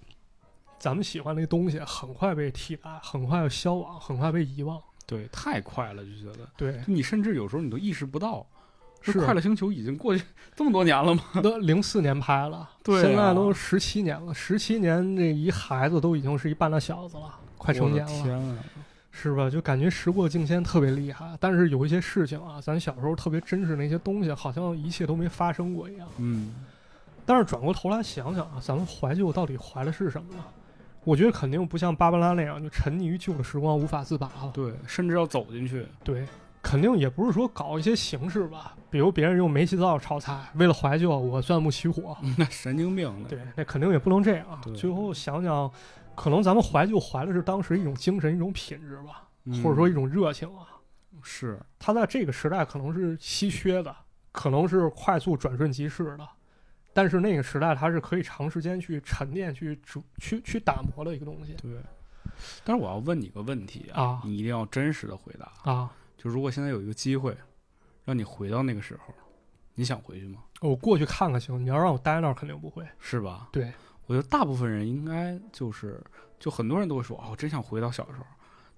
咱们喜欢那东西很快被替代，很快消亡，很快被遗忘。
对，太快了，就觉得
对，
你甚至有时候你都意识不到，这
是
快乐星球已经过去这么多年了吗？
都零四年拍了，
对啊
现在都十七年了，十七年这一孩子都已经是一半大小子了，快成年
我的
了，
天啊！
是吧？就感觉时过境迁特别厉害。但是有一些事情啊，咱小时候特别珍视那些东西，好像一切都没发生过一样。
嗯，
但是转过头来想想啊，咱们怀旧到底怀的是什么呢？我觉得肯定不像芭芭拉那样就沉溺于旧的时光无法自拔了。
对，甚至要走进去，
对，肯定也不是说搞一些形式吧，比如别人用煤气灶炒菜，为了怀旧我钻木取火。
那神经病的。
嗯对，那肯定也不能这样啊
嗯对。
最后想想，可能咱们怀旧怀的是当时一种精神、一种品质吧，
嗯
或者说一种热情啊。
是，
它在这个时代可能是稀缺的，可能是快速转瞬即逝的，但是那个时代它是可以长时间去沉淀、去煮、去去打磨的一个东西
对。但是我要问你个问题
啊
你一定要真实的回答。
啊。
就如果现在有一个机会，让你回到那个时候，你想回去吗？
我过去看看行，你要让我待那儿肯定不会。
是吧？
对，
我觉得大部分人应该就是，就很多人都会说，哦，我真想回到小时候。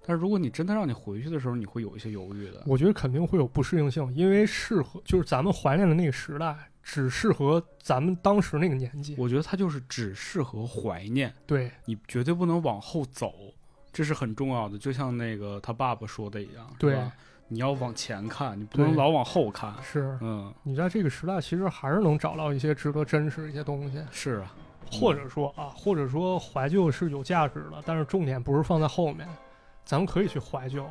但是如果你真的让你回去的时候，你会有一些犹豫的。
我觉得肯定会有不适应性，因为适合就是咱们怀念的那个时代，只适合咱们当时那个年纪。
我觉得它就是只适合怀念，
对
你绝对不能往后走，这是很重要的。就像那个他爸爸说的一样，是
对
吧你要往前看，你不能
对
老往后看。
是
嗯，
你在这个时代，其实还是能找到一些值得珍视的一些东西，
是啊，
或者说啊，或者说怀旧是有价值的，但是重点不是放在后面，咱们可以去怀旧，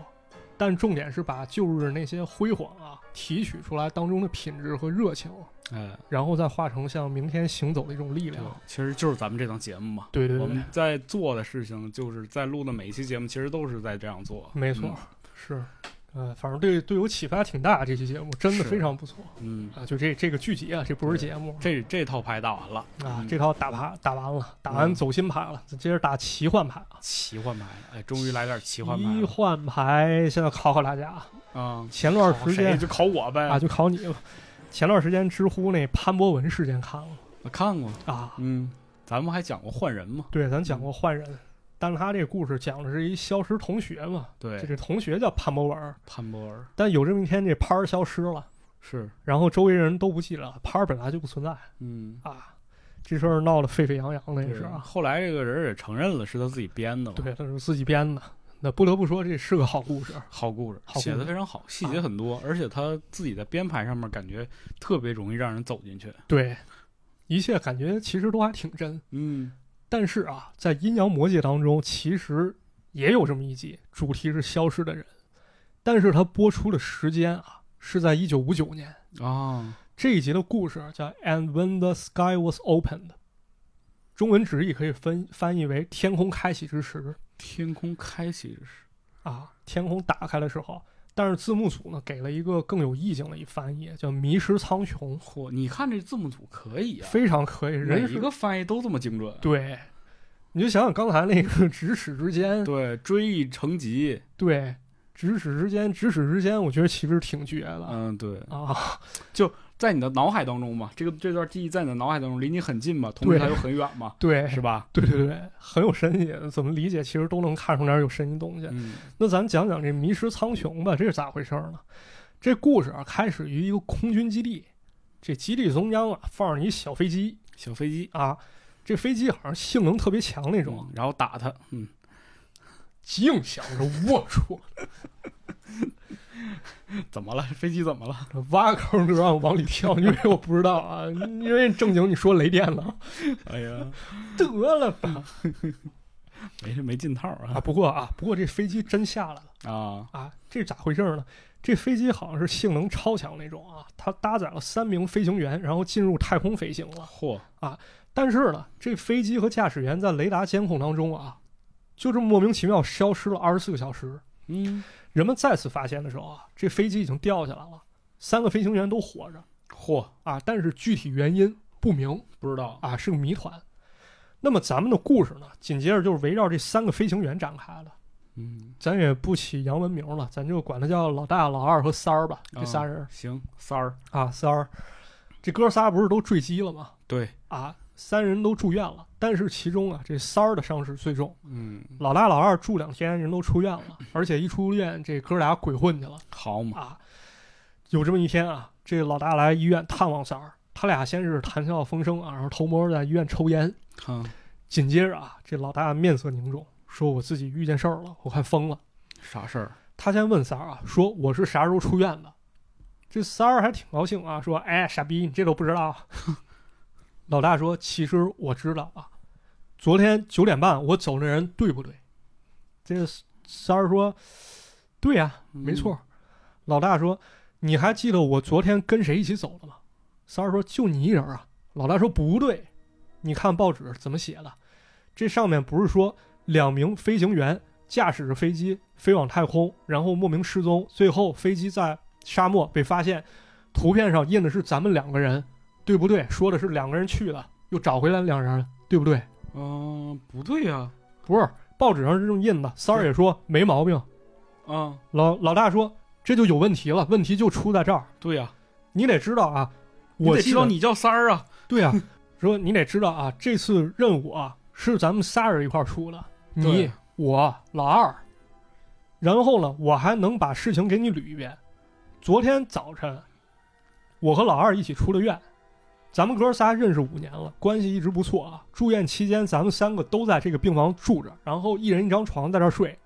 但重点是把旧日那些辉煌啊提取出来当中的品质和热情，
哎，
然后再化成像明天行走的一种力
对
量。，
其实就是咱们这档节目嘛。
对对
我
对
们，在做的事情，就是在录的每一期节目，其实都是在这样做。嗯
没错，是。呃，反正对对我启发挺大，这期节目真的
是
非常不错
嗯，嗯，
啊！就这这个剧集啊，这不是
对
节目，
这这套牌打完了
啊
嗯，
这套打牌打完了，打完
嗯
走心牌了，咱接着打奇幻牌啊。
奇幻牌，哎，终于来点奇幻牌
奇
了
幻牌现在考考大家啊，
啊！
前段
考
时
谁
间
就考我呗，
啊，就考你吧。前段时间知乎那潘博文事件看了
我看过，
啊，
嗯，咱们还讲过换人嘛，
对，咱讲过换人，但是他这故事讲的是一消失同学嘛，这
对，
这同学叫潘博文，
潘博尔
但有这么一天，这潘儿消失了，
是，
然后周围人都不记得了，潘儿本来就不存在
嗯，
啊，这事儿闹得沸沸扬扬的也是
对
啊，
后来这个人也承认了是他自己编的嘛，
对，他是自己编的，那不得不说这是个好故事。
好故事，
好故事啊
写的非常好，细节很多，而且他自己在编排上面感觉特别容易让人走进去，
对，一切感觉其实都还挺真。
嗯，
但是啊，在阴阳魔界当中，其实也有这么一集，主题是消失的人，但是它播出的时间啊是在一九五九年。
啊，
这一集的故事啊叫《And When the Sky Was Opened》，中文直译可以翻翻译为“天空开启之时
天空开启时，”
啊，天空打开的时候。但是字幕组呢给了一个更有意境的一翻译，叫“迷失苍穹
嚯，你看这字幕组可以”，啊，
非常可以。
每
人是
一个翻译都这么精准，
对，你就想想刚才那个 咫尺之间，
对，追忆成疾，
对，咫尺之间，咫尺之间，我觉得其实挺绝的、
嗯，对，
啊。
在你的脑海当中嘛，这个这段记忆在你的脑海当中离你很近嘛，同时
对
它又很远嘛，
对，
是吧？
对对对，很有深意，怎么理解其实都能看出点有深意东西。
嗯
那咱讲讲这迷失苍穹吧，这是咋回事儿呢？这故事啊，开始于一个空军基地，这基地中央啊放着一小飞机，
小飞机
啊，这飞机好像性能特别强那
那
种，
然后打他，嗯，
净想着龌龊，
怎么了？ 飞机怎么了？
挖坑就让我往里跳，因为我不知道啊，因为正经你说雷电了，
哎呀，
得了吧。
没事，没进套
啊，
啊
不过啊，不过这飞机真下来了
啊！
啊，这咋回事儿呢？这飞机好像是性能超强那种啊，它搭载了三名飞行员，然后进入太空飞行了。
嚯，
但是呢，这飞机和驾驶员在雷达监控当中啊，就这么莫名其妙消失了二十四个小时。
嗯，
人们再次发现的时候啊，这飞机已经掉下来了，三个飞行员都活着
嚯，
啊，但是具体原因不明
不知道，
啊，是个谜团。那么咱们的故事呢，紧接着就是围绕这三个飞行员展开的。
嗯，
咱也不起洋文名了，咱就管他叫老大、老二和三儿吧，
哦
这仨人、
嗯行，三儿，
啊，三儿，这哥仨不是都坠机了吗？
对，
啊，三人都住院了，但是其中啊，这三儿的伤势最重，
嗯，
老大、老二住两天，人都出院了，而且一出院，这哥俩鬼混去了
好嘛，
啊。有这么一天啊，这老大来医院探望三儿，他俩先是谈笑风生啊，然后偷摸在医院抽烟，
嗯，
紧接着啊，这老大面色凝重，说我自己遇见事儿了，我快疯了。
啥事儿？
他先问三儿啊，说我是啥时候出院的？这三儿还挺高兴啊，说哎，傻逼，你这都不知道。啊 老大说，其实我知道啊，昨天九点半我走那人对不对？这三儿说，对啊呀、
嗯
没错。嗯老大说，你还记得我昨天跟谁一起走的吗？三儿说，就你一人啊。老大说不对，你看报纸怎么写的？这上面不是说两名飞行员驾驶着飞机飞往太空，然后莫名失踪，最后飞机在沙漠被发现。图片上印的是咱们两个人，对不对？说的是两个人去的，又找回来两人，对不对？
嗯，呃不对呀，
不是，报纸上是这么印的。三儿也说没毛病。
啊，
老老大说这就有问题了，问题就出在这儿。
对呀，
你得知道啊，
你
我
得
记
知道
得
你叫三儿啊，
对啊，说你得知道啊，这次任务啊是咱们仨人一块儿出的，你
对
我老二。然后呢，我还能把事情给你捋一遍。昨天早晨，我和老二一起出了院，咱们哥仨认识五年了，关系一直不错啊。住院期间，咱们三个都在这个病房住着，然后一人一张床在这儿睡。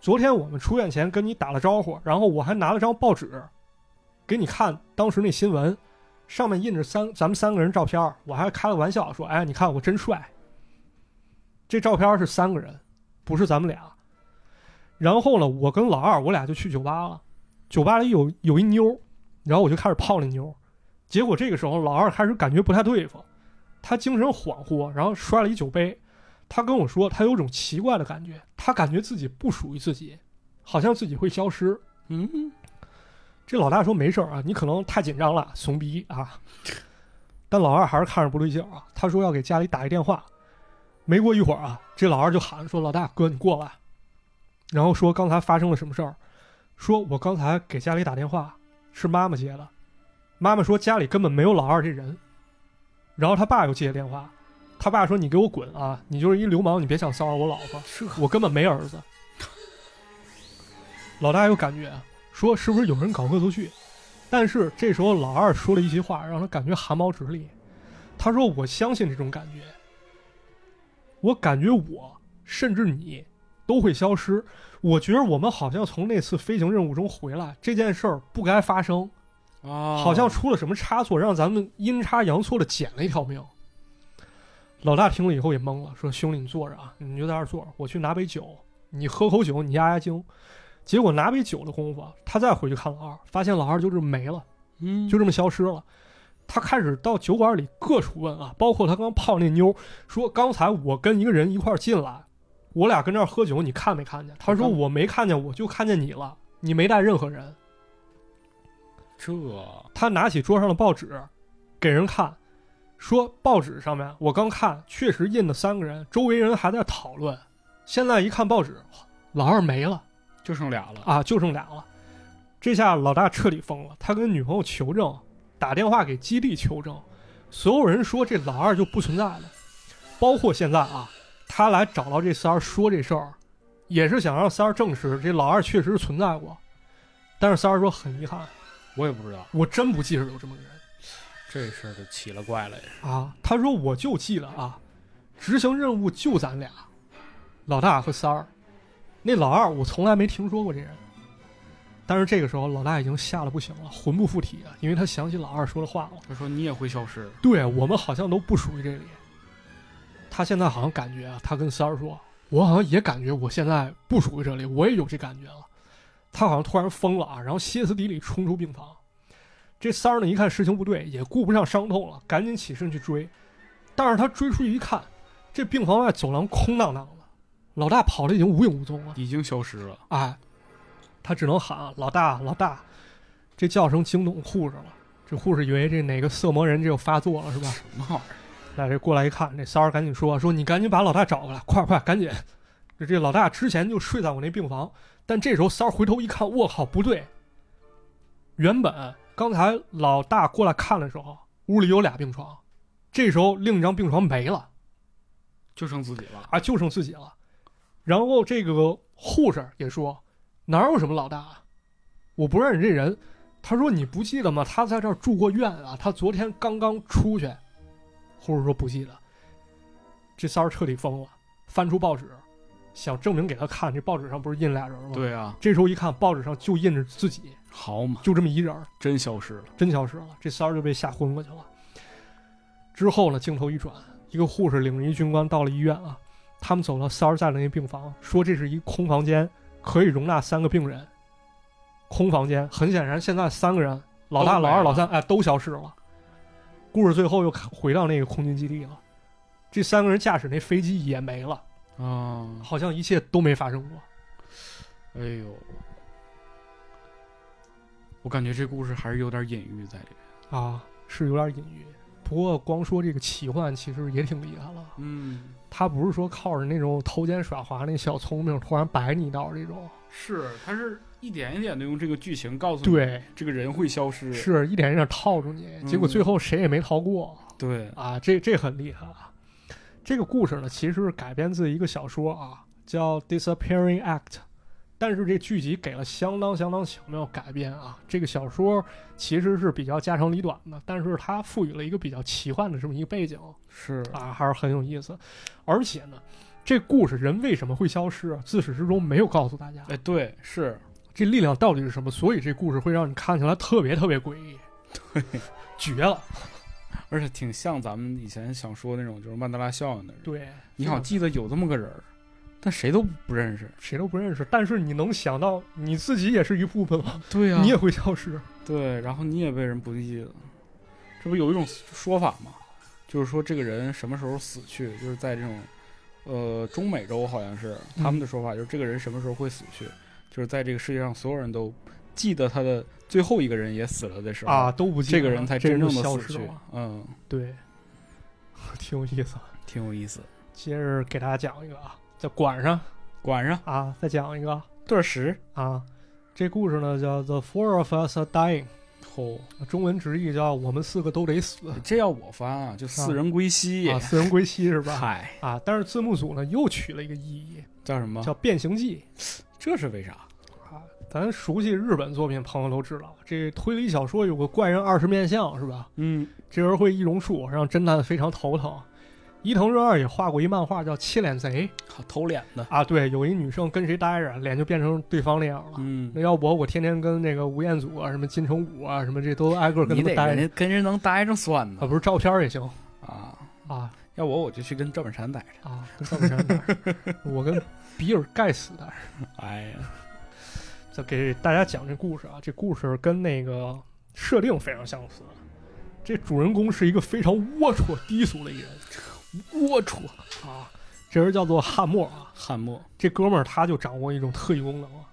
昨天我们出院前跟你打了招呼，然后我还拿了张报纸给你看当时那新闻，上面印着三咱们三个人照片儿，我还开了玩笑说：“哎，你看我真帅。”这照片儿是三个人，不是咱们俩。然后呢，我跟老二我俩就去酒吧了，酒吧里有有一妞儿，然后我就开始泡那妞儿。结果这个时候老二开始感觉不太对付，他精神恍惚，然后摔了一酒杯。他跟我说，他有种奇怪的感觉，他感觉自己不属于自己，好像自己会消失。
嗯，
这老大说没事儿啊，你可能太紧张了，怂逼啊。但老二还是看着不对劲儿啊，他说要给家里打一电话。没过一会儿啊，这老二就喊说：“老大哥，你过来。”然后说刚才发生了什么事儿，说我刚才给家里打电话，是妈妈接的，妈妈说家里根本没有老二这人。然后他爸又接电话，他爸说：“你给我滚啊！你就是一流氓，你别想骚扰我老婆。”
这
我根本没儿子。老大有感觉，啊说是不是有人搞恶作剧？但是这时候老二说了一席话，让他感觉汗毛直立。他说：“我相信这种感觉，我感觉我甚至你都会消失。我觉得我们好像从那次飞行任务中回来，这件事儿不该发生，
啊，
好像出了什么差错，让咱们阴差阳错的捡了一条命。”老大听了以后也懵了，说：“兄弟，你坐着啊，你就在这儿坐着，我去拿杯酒，你喝口酒，你压压惊。”结果拿杯酒的功夫啊，他再回去看老二，发现老二就这么没了，
嗯，
就这么消失了。他开始到酒馆里各处问啊，包括他刚泡那妞，说刚才我跟一个人一块儿进来，我俩跟这儿喝酒，你看没看见？他说
我看
我没看见，我就看见你了，你没带任何人。
这，
他拿起桌上的报纸，给人看，说报纸上面我刚看，确实印的三个人，周围人还在讨论。现在一看报纸，老二没了
就剩俩了，
啊，就剩俩了。这下老大彻底疯了，他跟女朋友求证，打电话给基地求证，所有人说这老二就不存在了，包括现在啊，他来找到这三儿说这事儿，也是想让三儿证实这老二确实存在过，但是三儿说很遗憾，
我也不知道
我真不记得有这么个人。
这事儿就奇了怪了也是，
啊，他说我就记得啊，执行任务就咱俩，老大和三儿。那老二我从来没听说过这人。但是这个时候老大已经吓得不行了，魂不附体啊，因为他想起老二说的话了。
他说你也会消失，
对我们好像都不属于这里。他现在好像感觉啊，他跟三儿说，我好像也感觉我现在不属于这里，我也有这感觉了。他好像突然疯了啊，然后歇斯底里冲出病房。这三儿呢，一看事情不对，也顾不上伤痛了，赶紧起身去追。但是他追出去一看，这病房外走廊空荡荡的，老大跑的已经无影无踪了，
已经消失了。
哎，他只能喊啊老大老大，这叫声惊动护士了。这护士以为这哪个色魔人这又发作了是吧？
什么玩意儿？
那这过来一看，这三儿赶紧说说你赶紧把老大找过来，快快赶紧！这这老大之前就睡在我那病房，但这时候三儿回头一看，我靠，不对！原本刚才老大过来看的时候，屋里有俩病床，这时候另一张病床没了
就剩自己了。
啊，就剩自己了。然后这个护士也说，哪有什么老大啊，我不认识这人。他说你不记得吗？他在这儿住过院啊，他昨天刚刚出去。护士说不记得。这三儿彻底疯了，翻出报纸，想证明给他看，这报纸上不是印俩人吗？。
对啊，
这时候一看，报纸上就印着自己，
好嘛，
就这么一人儿。
真消失了。
真消失了，这三儿就被吓昏过去了。之后呢，镜头一转，一个护士领着一军官到了医院啊，他们走到三儿在的那病房，说这是一空房间，可以容纳三个病人。空房间，很显然现在三个人，老大、
都没
老二、
了
老三，哎，都消失了。故事最后又回到那个空军基地了，这三个人驾驶那飞机也没了，
啊，
好像一切都没发生过。
哎呦，我感觉这故事还是有点隐喻在里面。
啊，是有点隐喻。不过光说这个奇幻，其实也挺厉害了。
嗯，
他不是说靠着那种偷奸耍滑那小聪明突然摆你一道这种，
嗯是，他是一点一点的用这个剧情告诉你，
对，
这个人会消失。
是一点一点套住你，结果最后谁也没逃过
对，
啊！这这很厉害啊！这个故事呢，其实是改编自一个小说啊，叫《Disappearing Act》，但是这剧集给了相当相当巧妙改编啊。这个小说其实是比较家长里短的，但是它赋予了一个比较奇幻的这么一个背景，
是
啊，还是很有意思。而且呢，这故事人为什么会消失，啊自始至终没有告诉大家。
哎，对，是，
这力量到底是什么？所以这故事会让你看起来特别特别诡异，对，绝了，
而且挺像咱们以前想说那种，就是曼德拉效应的人。
对，
你好像
是
记得有这么个人儿，但谁都不认识。
谁都不认识，但是你能想到你自己也是一部分吗？
对啊呀
你也会消失
对，然后你也被人不记得，这不有一种说法吗？就是说这个人什么时候死去，就是在这种，呃，中美洲好像是
嗯
他们的说法，就是这个人什么时候会死去，就是在这个世界上所有人都记得他的最后一个人也死了的时候，
啊，都不记得
这个人才真
就
正的
消
死
失
去
了，。
嗯，
对， 挺有意思。
挺有意思。
接着给大家讲一个啊，在管上
管上
啊，再讲一个
顿时，
啊，这故事呢叫《The Four of Us Are Dying》。
哦，
中文直译叫“我们四个都得死
这要我翻啊，就四人归”，西。
啊，四人归西是吧？
嗨，
啊，但是字幕组呢又取了一个意义，
叫什么？
叫“变形记
这是为啥？”
啊。咱熟悉日本作品，朋友都知道，这推理小说有个怪人二十面相是吧？
嗯，
这人会易容术，让侦探非常头疼。伊藤润二也画过一漫画叫《切脸贼
好偷脸的》。
啊，对，有一女生跟谁待着，脸就变成对方那样了。
嗯
那，要我，我天天跟那个吴彦祖啊、什么金城武啊、什么这都挨个跟
你
他
得
们待
跟
着
人跟人能待着算
啊，
呢
不是照片儿也行
啊。
啊，
要我我就去跟赵本山待着。
啊，跟赵本山那 儿，我跟比尔盖茨那儿。
哎呀，
再给大家讲这故事啊，这故事跟那个设定非常相似。这主人公是一个非常龌龊低俗的一个人
龌龊！
啊，这人叫做汉默啊。
汉末
这哥们儿他就掌握一种特异功能啊，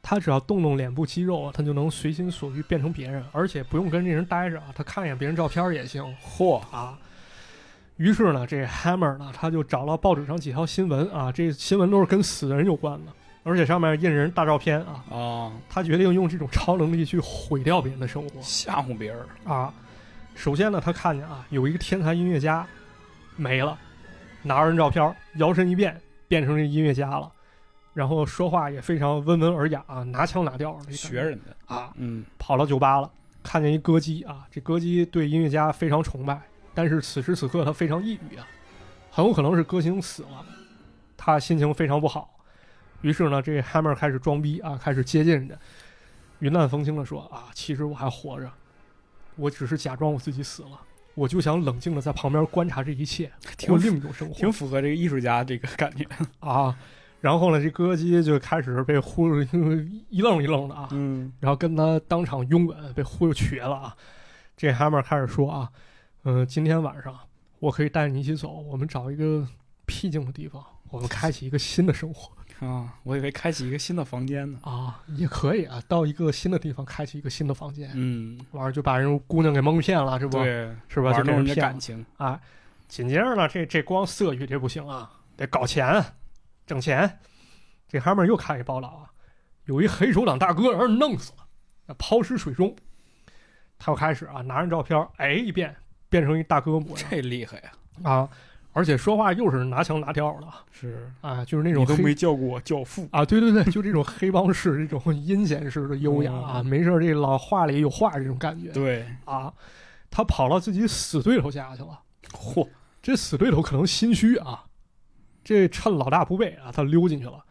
他只要动动脸部肌肉啊，他就能随心所欲变成别人，而且不用跟这人待着啊，他看一眼别人照片儿也行。
嚯，
啊。于是呢，这 Hammer 呢，他就找到报纸上几条新闻啊，这新闻都是跟死人有关的，而且上面印人大照片啊。
啊，
他决定用这种超能力去毁掉别人的生活
吓唬别人
啊。首先呢，他看见啊，有一个天才音乐家没了，拿着人照片，摇身一变变成这音乐家了，然后说话也非常温文尔雅啊，拿腔拿调的，
学人的。
啊。
嗯，
跑到酒吧了，看见一歌姬啊，这歌姬对音乐家非常崇拜，但是此时此刻他非常抑郁啊，很有可能是歌星死了，他心情非常不好。于是呢，这 Hammer 开始装逼啊，开始接近人家，云淡风轻的说啊，其实我还活着，我只是假装我自己死了，我就想冷静的在旁边观察这 一切，
挺
过
符
另一种生活。
挺符合这个艺术家这个感觉。
啊，然后呢，这歌姬就开始被忽悠 一愣一愣的啊，
嗯，
然后跟他当场拥吻，被忽悠瘸了啊。这 Hammer 开始说啊，嗯、今天晚上我可以带你一起走，我们找一个僻静的地方，我们开启一个新的生活
啊，我以为开启一个新的房间呢。
啊，也可以啊，到一个新的地方开启一个新的房间，
嗯，
完了就把人姑娘给蒙骗了，是不？
对，
是吧？就
玩
给
弄人
人
家
骗
感
了
情，
啊。紧接着呢，这这光色欲这不行啊，得搞钱，挣钱。这哥们儿又看一报道啊，有一黑手党大哥让人弄死了，那抛尸水中。他又开始啊，拿着照片，哎一变，变成一大哥模 样
这厉害呀！
啊，而且说话又是拿腔拿调的
是，
啊，就是那
那
种黑
叫过我教父，
啊，对对对，就这种黑帮式这种阴险式的优雅啊，没事儿这老话里有话这种感觉
对，
啊。他跑到自己死对头家去了，
嚯，
这死对头可能心虚啊，这趁老大不备啊，他溜进去了，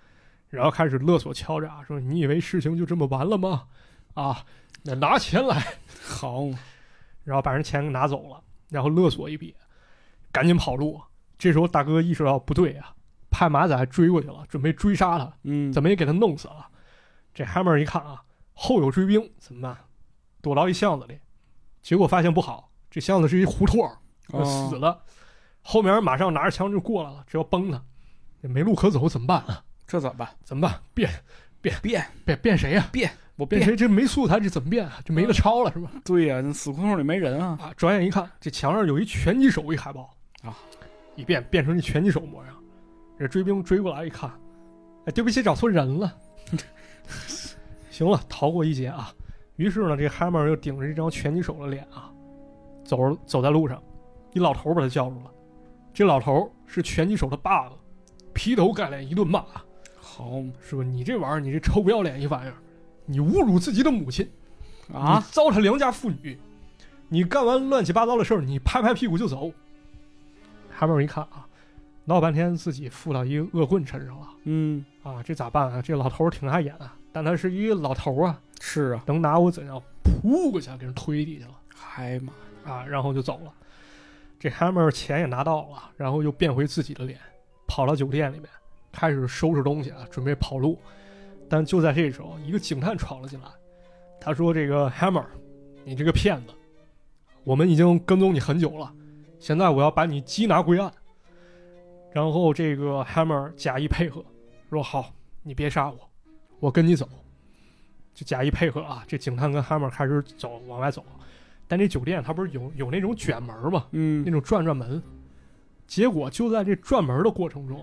然后开始勒索敲诈，说你以为事情就这么完了吗？啊，那拿钱来，
好嘛，
然后把人钱给拿走了，然后勒索一笔，赶紧跑路。这时候大哥意识到不对啊，派马仔追过去了，准备追杀他，
嗯，
怎
么
么也给他弄死了。这 Hammer 一看啊，后有追兵，怎么办？躲到一巷子里，结果发现不好，这巷子是一胡同儿，就呃
哦
死了。后面马上拿着枪就过来了，只要崩他，也没路可走，怎么办啊？
这怎么办？
怎么办？变
变，
变变谁呀、
我
变
变，
谁？这没素材，这怎么变啊？这没得抄了是吧？
对呀，那死胡同里没人啊，
啊！转眼一看，这墙上有一拳击手一海报
啊，
一变变成一拳击手模样。这追兵追过来一看，哎，对不起，找错人了。 行了，逃过一劫啊。于是呢，这 Hammer 又顶着这张拳击手的脸啊，走着走在路上，一老头把他叫住了。这老头是拳击手的爸爸，劈头盖脸一顿骂，
好嘛
是吧？你这玩意儿，你这臭不要脸一玩意儿，你侮辱自己的母亲，
啊，
你糟蹋良家妇女，你干完乱七八糟的事儿，你拍拍屁股就走。哈默一看啊，闹半天自己附到一个恶棍身上了
嗯，
啊，这咋办啊？这老头儿挺碍眼啊，但他是一老头儿啊，
是啊，
能拿我怎样？扑过去啊给人推地去了
嗨妈，
啊，然后就走了。这 Hammer 钱也拿到了，然后又变回自己的脸，跑到酒店里面，开始收拾东西啊，准备跑路。但就在这时候，一个警探闯了进来，他说：“这个 Hammer，你这个骗子，我们已经跟踪你很久了，现在我要把你缉拿归案。”然后这个 Hammer 假意配合，说：“好，你别杀我，我跟你走。”就假意配合啊，这警探跟 Hammer 开始走往外走，但这酒店它不是有有那种卷门吗？
嗯
那，种转转门。结果就在这转门的过程中，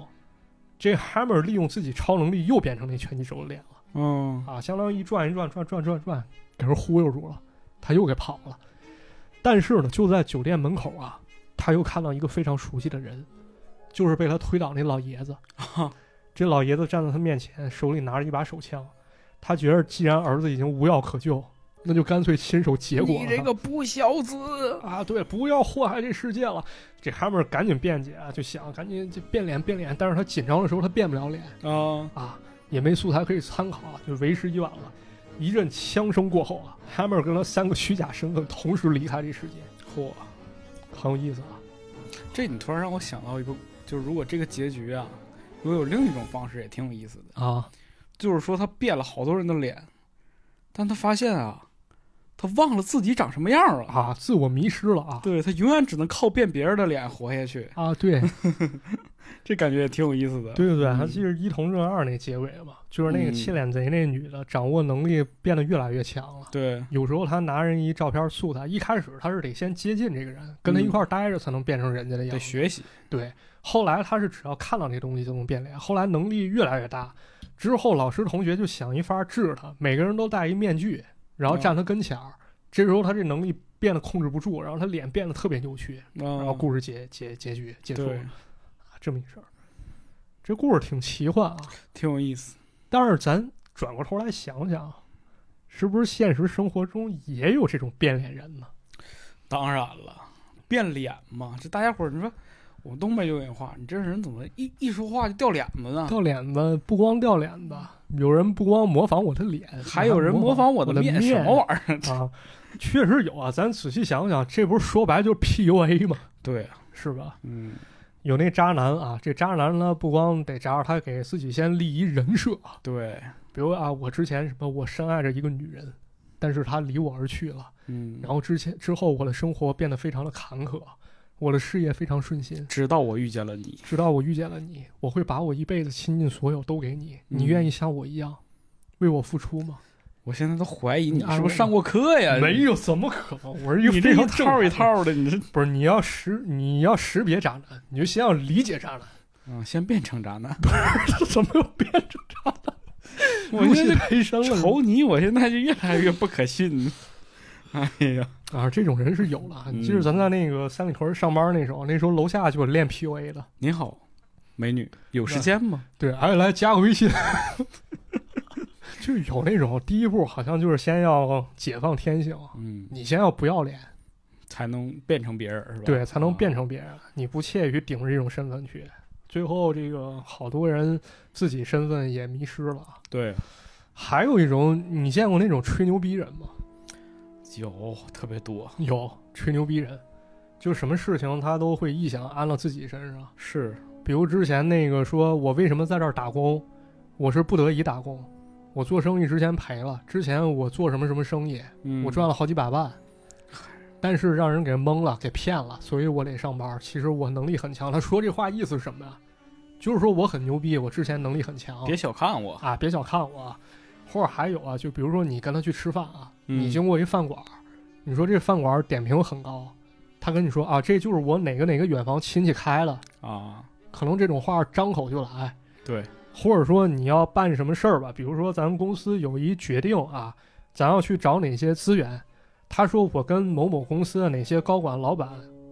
这 Hammer 利用自己超能力又变成那拳击手的脸了
嗯，
啊，相当于一转一转转转转转，给人忽悠住了，他又给跑了。但是呢，就在酒店门口啊，他又看到一个非常熟悉的人，就是被他推倒那老爷子。
啊
这老爷子站在他面前，手里拿着一把手枪。他觉得既然儿子已经无药可救，那就干脆亲手结果了
你
他。
这个不孝子，
啊，对，不要祸害这世界了。这哈 a 赶紧辩解啊，就想赶紧就变脸变脸，但是他紧张的时候他变不了脸
啊，
啊，也没素材可以参考啊，就为时已晚了。一阵枪声过后啊哈 a 跟他三个虚假身份同时离开这世界，
嚯，
很有意思啊。
这你突然让我想到一个，就是如果这个结局啊，如果有另一种方式也挺有意思的。
啊，
就是说他变了好多人的脸，但他发现啊，他忘了自己长什么样了。
啊，自我迷失了啊
对他永远只能靠变别人的脸活下去，
啊， 对
这感觉也挺有意思的。
对对对，
嗯
还记得《一同润二》那结尾嘛，就是那个
嗯
窃脸贼那女的掌握能力变得越来越强了。
对
有时候他拿人一照片素材，一开始他是得先接近这个人，跟他一块儿待着才能变成人家的样
嗯得
子。
学习。
对，后来他是只要看到这东西就能变脸，后来能力越来越大，之后老师同学就想一法治他，每个人都戴一面具，然后站他跟前儿。这时候他这能力变得控制不住，然后他脸变得特别扭曲，然
然
后故事结结结局结束了
嗯对，
啊这么一事儿。这故事挺奇幻啊，
挺有意思。
但是咱转过头来想想，是不是现实生活中也有这种变脸人呢？
当然了，变脸嘛，这大家伙儿，你说我们东北有句话，你这人怎么一一说话就掉脸子呢？
掉脸子不光掉脸子，有人不光模仿我的脸，
还有人模仿我的
的面，
什么玩意儿？
意儿啊？确实有啊，咱仔细想想，这不是说白就是 PUA 吗？
对，
是吧？
嗯，
有那渣男啊，这渣男呢，不光得渣，他给自己先立一人设，啊
对，
比如啊，我之前什么我深爱着一个女人，但是她离我而去了，
嗯，
然后之前之后我的生活变得非常的坎坷，我的事业非常顺心，
直到我遇见了你，
直到我遇见了你，我会把我一辈子倾尽所有都给你。你
嗯
愿意像我一样为我付出吗？
我现在都怀疑你啊
你安
是
慰
不是上过课呀？
没有，怎么可能？我是一
你，
个
你这
非
一
常正
套一套
常的人，
的，你这
不是你要识你要识别渣男，你就先要理解渣男，
嗯，先变成渣男。
这怎么又变成渣男？
我现
入戏
在
培生了
瞅你，我现在就越来越不可信。 哎呀，
啊！这种人是有了。
嗯
你记得咱在那个三里屯上班那时候，那时候楼下就有练 PUA 的，
您好，美女，有时间吗？
对，哎，来加个微信， 就是有那种第一步好像就是先要解放天性，啊
嗯，
你先要不要脸，
才能变成别人是吧？
对，才能变
啊。
成别人。你不屑于顶着这种身份去，最后这个好多人自己身份也迷失了。
对，
还有一种，你见过那种吹牛逼人吗？
有特别多，
有吹牛逼人，就什么事情他都会臆想安到自己身上。
是
比如之前那个说，我为什么在这儿打工？我是不得已打工。我做生意之前赔了，之前我做什么什么生意，
嗯
我赚了好几百万，但是让人给蒙了，给骗了，所以我得上班。其实我能力很强。他说这话意思是什么呀？就是说我很牛逼，我之前能力很强。
别小看我，
啊，别小看我啊。或者还有啊，就比如说你跟他去吃饭啊，
嗯
你经过一饭馆儿，你说这饭馆儿点评很高，他跟你说啊，这就是我哪个哪个远房亲戚开的，
啊，
可能这种话张口就来。
对，
或者说你要办什么事儿吧，比如说咱们公司有一决定啊，咱要去找哪些资源，他说我跟某某公司的哪些高管、老板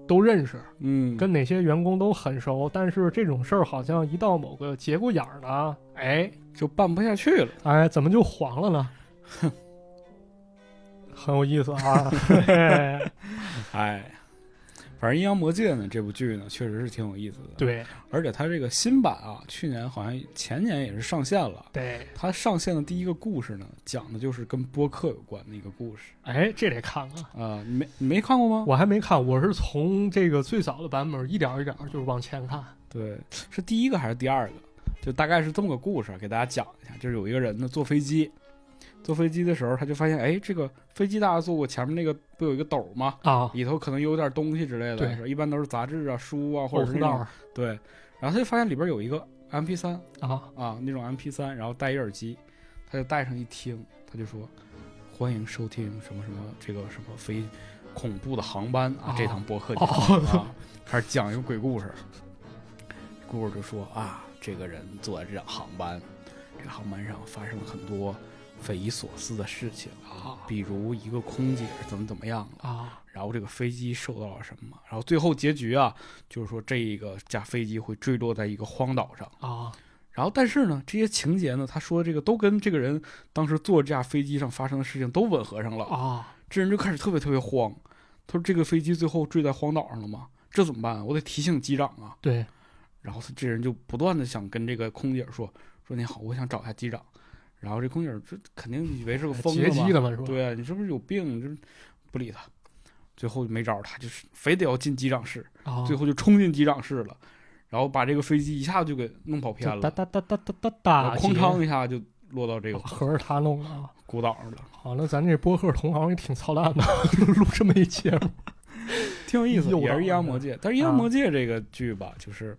都认识，
嗯，
跟哪些员工都很熟，但是这种事儿好像一到某个节骨眼儿呢，哎
就办不下去了。
哎，怎么就黄了呢？ 很有意 思啊， 嘿嘿
哎，反正《阴阳魔界》呢，这部剧呢，确实是挺有意思的。，
对
而且它这个新版啊，去年好像前年也是上线了。
对，
它上线的第一个故事呢，讲的就是跟播客有关的一个故事
哎，这得看看。
啊、你没你没看过吗？
我还没看，我是从这个最早的版本一点儿一点儿就是往前看。
对，是第一个还是第二个？就大概是这么个故事，啊给大家讲一下。就是有一个人呢坐飞机，坐飞机的时候他就发现，哎，这个飞机大家坐过，前面那个不有一个斗吗？
啊，
里头可能有点东西之类的，
对哦
是一般都是杂志啊、书啊，或者是
胡
那
道
种
儿
对。然后他就发现里边有一个 MP 三，
啊，
啊那种 MP 三，然后戴一耳机，他就戴上一听，他就说欢迎收听什么什么这个什么飞恐怖的航班啊、
哦
这堂播客节目、
哦
啊，开始讲一个鬼故事，故事就说啊这个人坐在这辆航班，这个航班上发生了很多匪夷所思的事情啊
哦，
比如一个空姐怎么怎么样了。
啊
然后这个飞机受到了什么？然后最后结局啊，就是说这个架飞机会坠落在一个荒岛上，
啊
然后，但是呢，这些情节呢，他说这个都跟这个人当时坐这架飞机上发生的事情都吻合上了。
啊！
这人就开始特别特别慌，他说：“这个飞机最后坠在荒岛上了吗？这怎么办啊？我得提醒机长啊。
对，”
然后他这人就不断的想跟这个空姐说：“说你好，我想找一下机长。”然后这空姐这肯定以为是个疯子
劫机
嘛，
了嘛是吧？
对啊，你是不是有病？你这不理他。最后没招儿，他就是非得要进机长室，
啊，
最后就冲进机长室了，然后把这个飞机一下就给弄跑偏
就
了
哒。哒哒哒哒哒
然
哒，
后哐
劫
当一下就落到这个
合着他弄的啊。
孤岛上了，
好，那咱这播客同行也挺操蛋的， 录这么一节目
挺有意思，
诱导
也是《阴阳
一下
魔界》。但是《阴阳魔界》这个剧吧，就是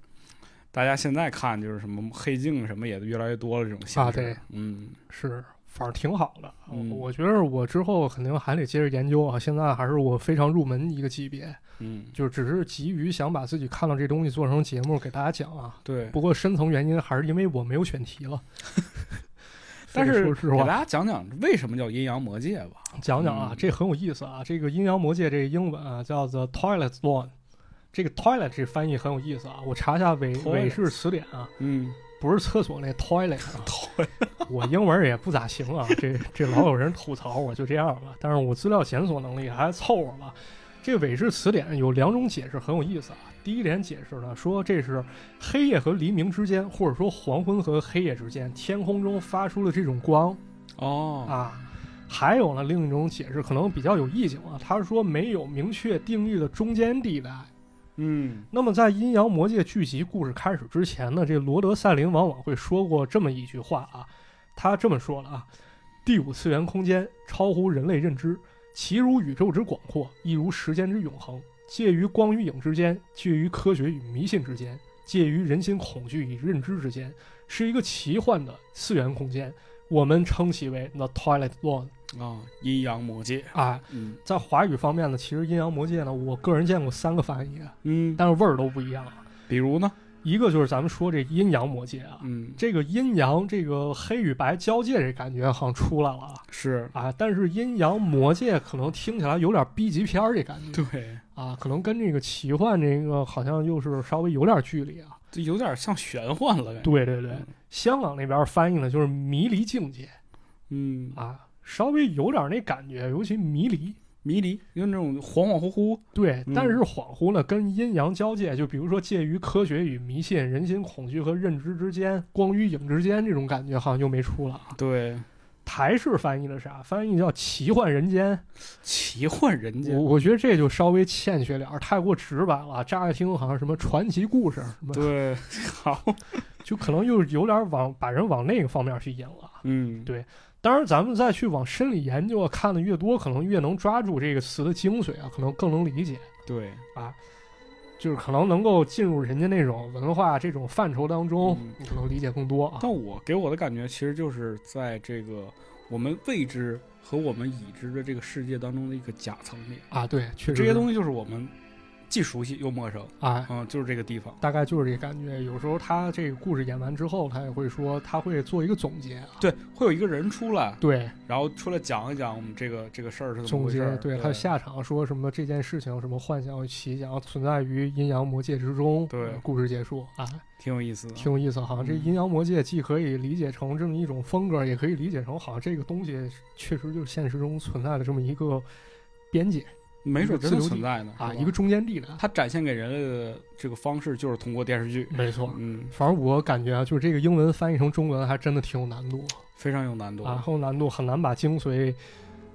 大家现在看就是什么黑镜什么也越来越多了这种形式。
啊对，
嗯，
是，反正挺好的。我
嗯
我觉得我之后肯定还得接着研究啊。现在还是我非常入门一个级别，
嗯，
就只是急于想把自己看到这东西做成节目给大家讲啊。
对。
不过深层原因还是因为我没有选题 了。
但
非得
是
说实
给
话
大，家讲讲为什么叫《阴阳魔界》吧。
讲讲啊
嗯，
这很有意思啊。这个《阴阳魔界》这个英文啊叫 The Toilet Zone，这个 toilet 这翻译很有意思啊。我查一下美
Toilet
美式词典啊，
嗯，
不是厕所那 toilet 啊。我英文也不咋行啊，这这老有人吐槽我，就这样吧。但是我资料检索能力还凑合吧。这韦氏词典有两种解释，很有意思啊。第一点解释呢，说这是黑夜和黎明之间，或者说黄昏和黑夜之间，天空中发出了这种光，
哦，
啊。还有呢，另一种解释可能比较有意境啊，他说没有明确定义的中间地带。
嗯，
那么在《阴阳魔界》剧集故事开始之前呢，这罗德赛林往往会说过这么一句话啊，他这么说了啊：第五次元空间超乎人类认知，其如宇宙之广阔，亦如时间之永恒。介于光与影之间，介于科学与迷信之间，介于人心恐惧与认知之间，是一个奇幻的次元空间，我们称其为 The Twilight Zone
啊，阴阳魔界，
啊。
嗯
在华语方面呢，其实《阴阳魔界》呢，我个人见过三个翻译，
嗯，
但是味儿都不一样。啊
比如呢，
一个就是咱们说这阴阳魔界啊，
嗯，
这个阴阳这个黑与白交界这感觉好像出来了啊
是
啊，但是阴阳魔界可能听起来有点 B 级片儿这感觉
对，
啊，可能跟这个奇幻这个好像又是稍微有点距离啊。
这有点像玄幻了，感觉，
对对对
嗯，
香港那边翻译呢就是迷离境界
嗯，
啊，稍微有点那感觉，尤其迷离。
迷离，有那种恍恍惚惚，
对，
嗯
但是恍惚呢，跟阴阳交界，就比如说介于科学与迷信、人心恐惧和认知之间、光与影之间这种感觉，好像就没出了啊。
对，
台式翻译的啥？翻译叫“奇幻人间
奇幻人”，
我
间，
我觉得这就稍微欠缺点儿，太过直白了。乍一听好像什么传奇故事，什么
对，好，
就可能又有点往把人往那个方面去引了。
嗯，
对当然，咱们再去往深里研究啊，看的越多，可能越能抓住这个词的精髓啊，可能更能理解，
对，
就是可能能够进入人家那种文化这种范畴当中，
嗯
你可能理解更多啊。
但我给我的感觉，其实就是在这个我们未知和我们已知的这个世界当中的一个假层面，
啊，对，确实
这些
西
东西就是我们既熟悉又陌生，
啊，
嗯，就是这个地方。
大概就是这感觉。有时候他这个故事演完之后，他也会说，他会做一个总结啊。
对，会有一个人出来，
对，
然后出来讲一讲我们这个这个事儿是怎么
总
回事
结
儿。
对
对，
他下场说什么这件事情什么幻想与奇想存在于阴阳魔界之中，
对
呃故事结束啊，
挺有意思的。
挺有意思。好像这
嗯
阴阳魔界既可以理解成这么一种风格，也可以理解成好像这个东西确实就是现实中存在的这么一个边界
没
一个
准真
自
的
留
存
地
在呢
啊，
是
一
吧
个中间地带。
它展现给人类的这个方式就是通过电视剧，
没错，
嗯，
反正我感觉啊，就是这个英文翻译成中文还真的挺有难度
非常有难度。
啊，很有难度，很难把精髓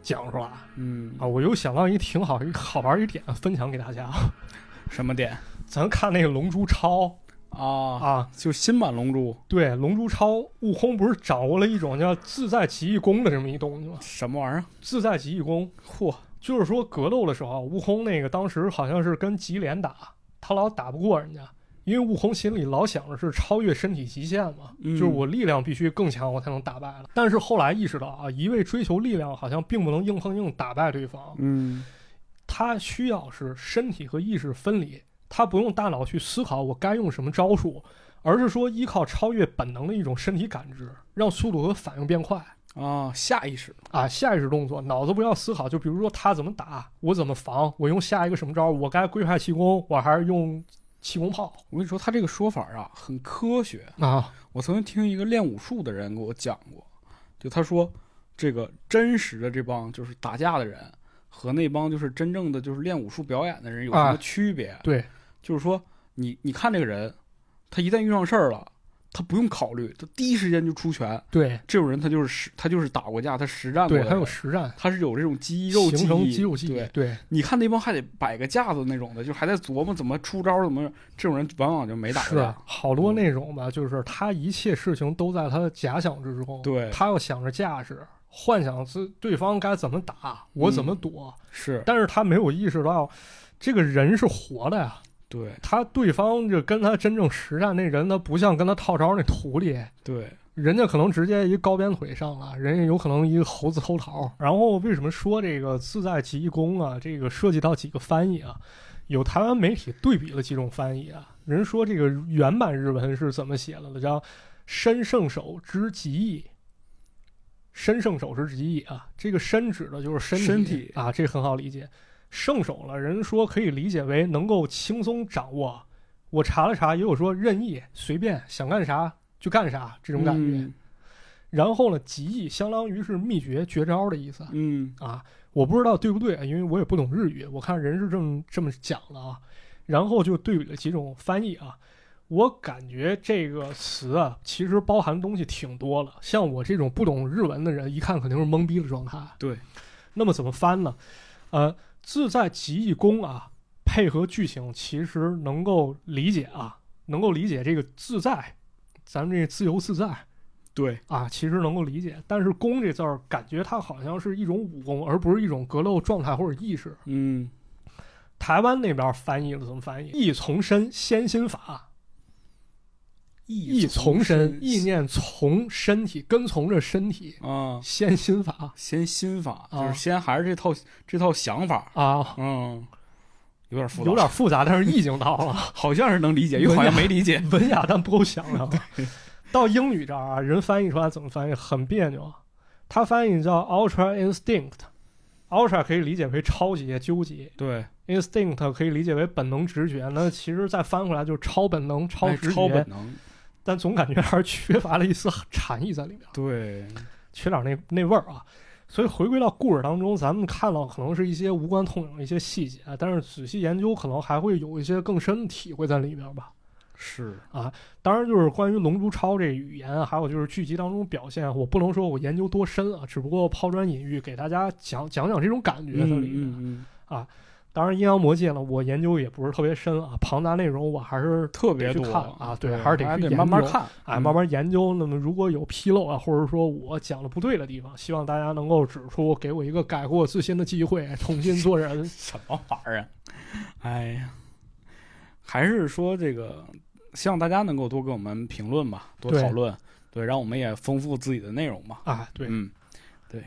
讲出来
嗯
啊。，我又想到一挺好一好玩一点分享给大家，啊
什么点
咱看那个《龙珠超》
啊？
啊。
就新版《龙珠》
对，《龙珠超》，悟空不是掌握了一种叫自在极意功的这么一东西吗？
什么玩意儿？啊
自在极意功，嚯，就是说格斗的时候，啊悟空那个当时好像是跟吉连打，他老打不过人家，因为悟空心里老想着是超越身体极限嘛，
嗯
就是我力量必须更强，我才能打败了。但是后来意识到啊，一味追求力量好像并不能硬碰硬打败对方，
嗯，
他需要是身体和意识分离，他不用大脑去思考我该用什么招数，而是说依靠超越本能的一种身体感知，让速度和反应变快
啊，下意识，
啊，下意识动作，脑子不要思考。就比如说他怎么打，我怎么防，我用下一个什么招，我该龟派气功，我还是用气功炮
我跟你说，他这个说法啊，很科学。
啊
我曾经听一个练武术的人给我讲过，就他说，这个真实的这帮就是打架的人和那帮就是真正的就是练武术表演的人有什
啊
么区别？
对，
就是说，你你看这个人，他一旦遇上事儿了，他不用考虑，他第一时间就出拳。
对
这种人他就是实，他就是打过架，他实战过
对，
的
还有
人
实战。
他是有这种肌肉
形
记
成
忆，
肌肉记忆
对，，
对，
你看那帮还得摆个架子那种的，就还在琢磨怎么出招，怎么这种人往往就没打过
是啊
架。
好多那种吧，就是他一切事情都在他的假想之中，
对，
他要想着架势，幻想自对方该怎么打，我怎么
嗯
躲，
是
但是他没有意识到，这个人是活的呀。
对
他对方就跟他真正实战那人，他不像跟他套招那徒弟，
对，
人家可能直接一高鞭腿上了，人家有可能一个猴子偷桃。然后为什么说这个自在极意功啊？这个涉及到几个翻译啊，有台湾媒体对比了几种翻译啊。人说这个原版日文是怎么写的呢？叫“身胜手之极意”。身胜手之极意啊，这个身指的就是身体
身体
啊，这很好理解。胜手了，人说可以理解为能够轻松掌握。我查了查，也有说任意、随便，想干啥就干啥这
这
种感觉。
嗯
然后呢，极意相当于是秘诀、绝招的意思
嗯
啊。我不知道对不对，啊因为我也不懂日语，我看人是这么这么讲的啊。然后就对比了几种翻译啊，我感觉这个词啊，其实包含东西挺多了。像我这种不懂日文的人，一看肯定是懵逼的状态。
对，
那么怎么翻呢？呃，自在极意功啊，配合剧情，其实能够理解啊，能够理解这个自在，咱们这自由自在。
对，
啊，其实能够理解，但是“功”这字儿，感觉它好像是一种武功，而不是一种格斗状态或者意识。
嗯
台湾那边翻译了怎么翻译？意从身，先心法。意从身，意念从身体，跟从着身体，
啊，
先心法
先心法，
啊
就是先还是这套这套想法，
啊，
嗯，有点复杂，
有点复杂，但是意境到了。
好像是能理解，又好像没理解。
文雅但不够响亮。到英语这儿啊，人翻译出来怎么翻译很别扭啊。它翻译叫 ultra instinct，ultra 可以理解为超级纠结
对，
，instinct 可以理解为本能直觉。那其实再翻回来就是超本能、超
哎
直
超
觉
本，能，
但总感觉还是缺乏了一丝禅意在里边，
对，
缺点那那味儿啊。所以回归到故事当中，咱们看到可能是一些无关痛痒的一些细节，但是仔细研究可能还会有一些更深的体会在里边吧。
是，
当然，就是关于《龙珠超》这语言，还有就是剧集当中表现，我不能说我研究多深啊，只不过抛砖引玉，给大家讲讲讲这种感觉在里面。
嗯嗯，
当然，《阴阳魔界》呢，我研究也不是特别深啊，庞大内容我还是
特别
得去
多
看啊对还是得去研
慢慢
究
看，
哎
嗯
慢慢研究。那么如果有纰漏啊，或者说我讲的不对的地方，希望大家能够指出，给我一个改过自新的机会，重新做人
什么玩意儿啊？哎呀，还是说这个，希望大家能够多给我们评论吧，多
对
讨论，对，让我们也丰富自己的内容吧。
啊。对，
嗯，对。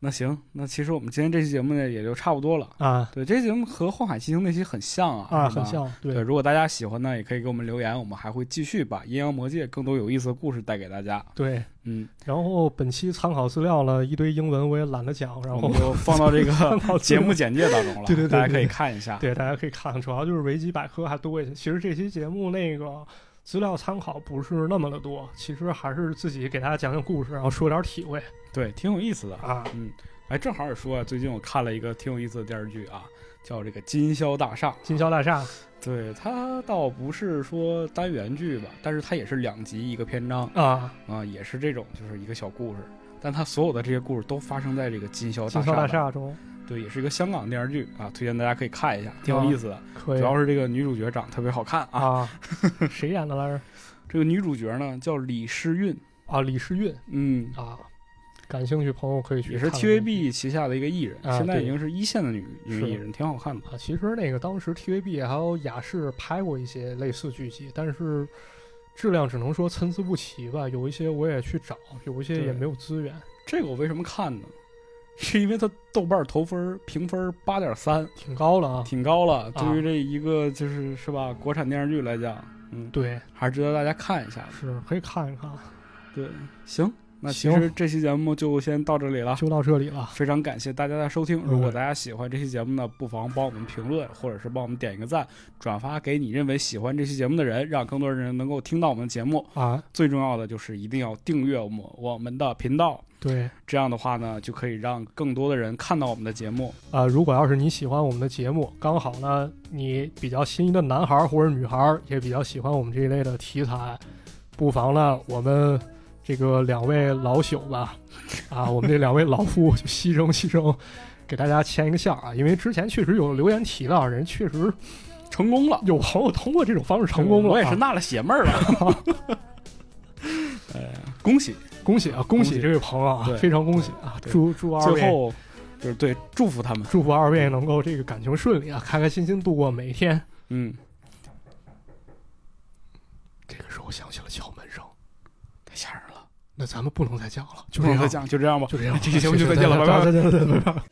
那行，那其实我们今天这期节目呢，也就差不多了。
啊
对，这期节目和《后海七星》那期很像啊，
啊，
是吧
很。像，
对，
对
如果大家喜欢呢，也可以给我们留言，我们还会继续把《阴阳魔界》更多有意思的故事带给大家。
对。
嗯，
然后本期参考资料呢，一堆英文我也懒得讲，然
我
后
们就放到这
参
个
考资
嗯 节
料
目简介当中了，
对对对
大家可以
对
看一下。
对，大家可以看，主要就是维基百科还多一些。其实这期节目那个资料参考不是那么的多，其实还是自己给大家讲讲故事，然后说点体会
对，挺有意思的。
啊。
哎，正好也说啊，最近我看了一个挺有意思的电视剧啊，叫这个《金宵大厦》。
金宵大厦
对，它倒不是说单元剧吧，但是它也是两集一个篇章
啊，
啊、也是这种就是一个小故事。但它所有的这些故事都发生在这个金宵
金
大
宵
厦。
大厦中
对，也是一个香港电视剧啊，推荐大家可以看一下，挺
啊
有意思的。
可以
主要是这个女主角长得特别好看啊。
啊，谁演的来着？
这个女主角呢叫李诗韵，
啊，李诗韵
嗯，
啊，感兴趣朋友可以去
也是
看看这
TVB 旗下的一个艺人，
啊
现在已
对
经是一线的女女
是
艺人，挺好看的。
啊。其实那个当时 TVB 还有亚视拍过一些类似剧集，但是。质量只能说参差不齐吧，有一些我也去找，有一些
对
也没有资源，
这个我为什么看呢？ 是因为它豆瓣投分儿评分八点三，
挺高了啊。
挺高了。
啊
对于这一个就是是吧，国产电视剧来讲，嗯，
对，
还是值得大家看一下的。
是可以看一看，啊
对，行，那其
行
实这期节目就先到这里了。
就到这里了。
非常感谢大家的收听。
嗯
如果大家喜欢这期节目呢，不妨帮我们评论，或者是帮我们点一个赞，转发给你认为喜欢这期节目的人，让更多人能够听到我们的节目。
啊，
最重要的就是一定要订阅我们我们的频道，
对
这样的话呢，就可以让更多的人看到我们的节目。
啊，如果要是你喜欢我们的节目，刚好呢，你比较心仪的男孩儿或者女孩儿也比较喜欢我们这一类的题材，不妨呢，我们这个两位老朽吧，啊，我们这两位老夫就牺牲牺牲，给大家牵一个线儿啊，因为之前确实有留言提到，人确实
成功了，
有朋友通过这种方式成功了、啊，
我也是纳了邪闷儿了。 哎呀，恭喜！
恭喜啊，恭
恭喜
喜这位朋友啊
对，
非常恭喜啊，
对
祝祝二位
最后就是对祝福他们，
祝福二位能够这个感情顺利啊，开开心心度过每一天。
嗯，
这个时候响起了敲门声，
太吓人了，
那咱们不能再讲了，就
不
这
能再
样，
讲，就这样吧，
就这样，
这期节目就再见了，拜拜。
再见，再见，拜拜。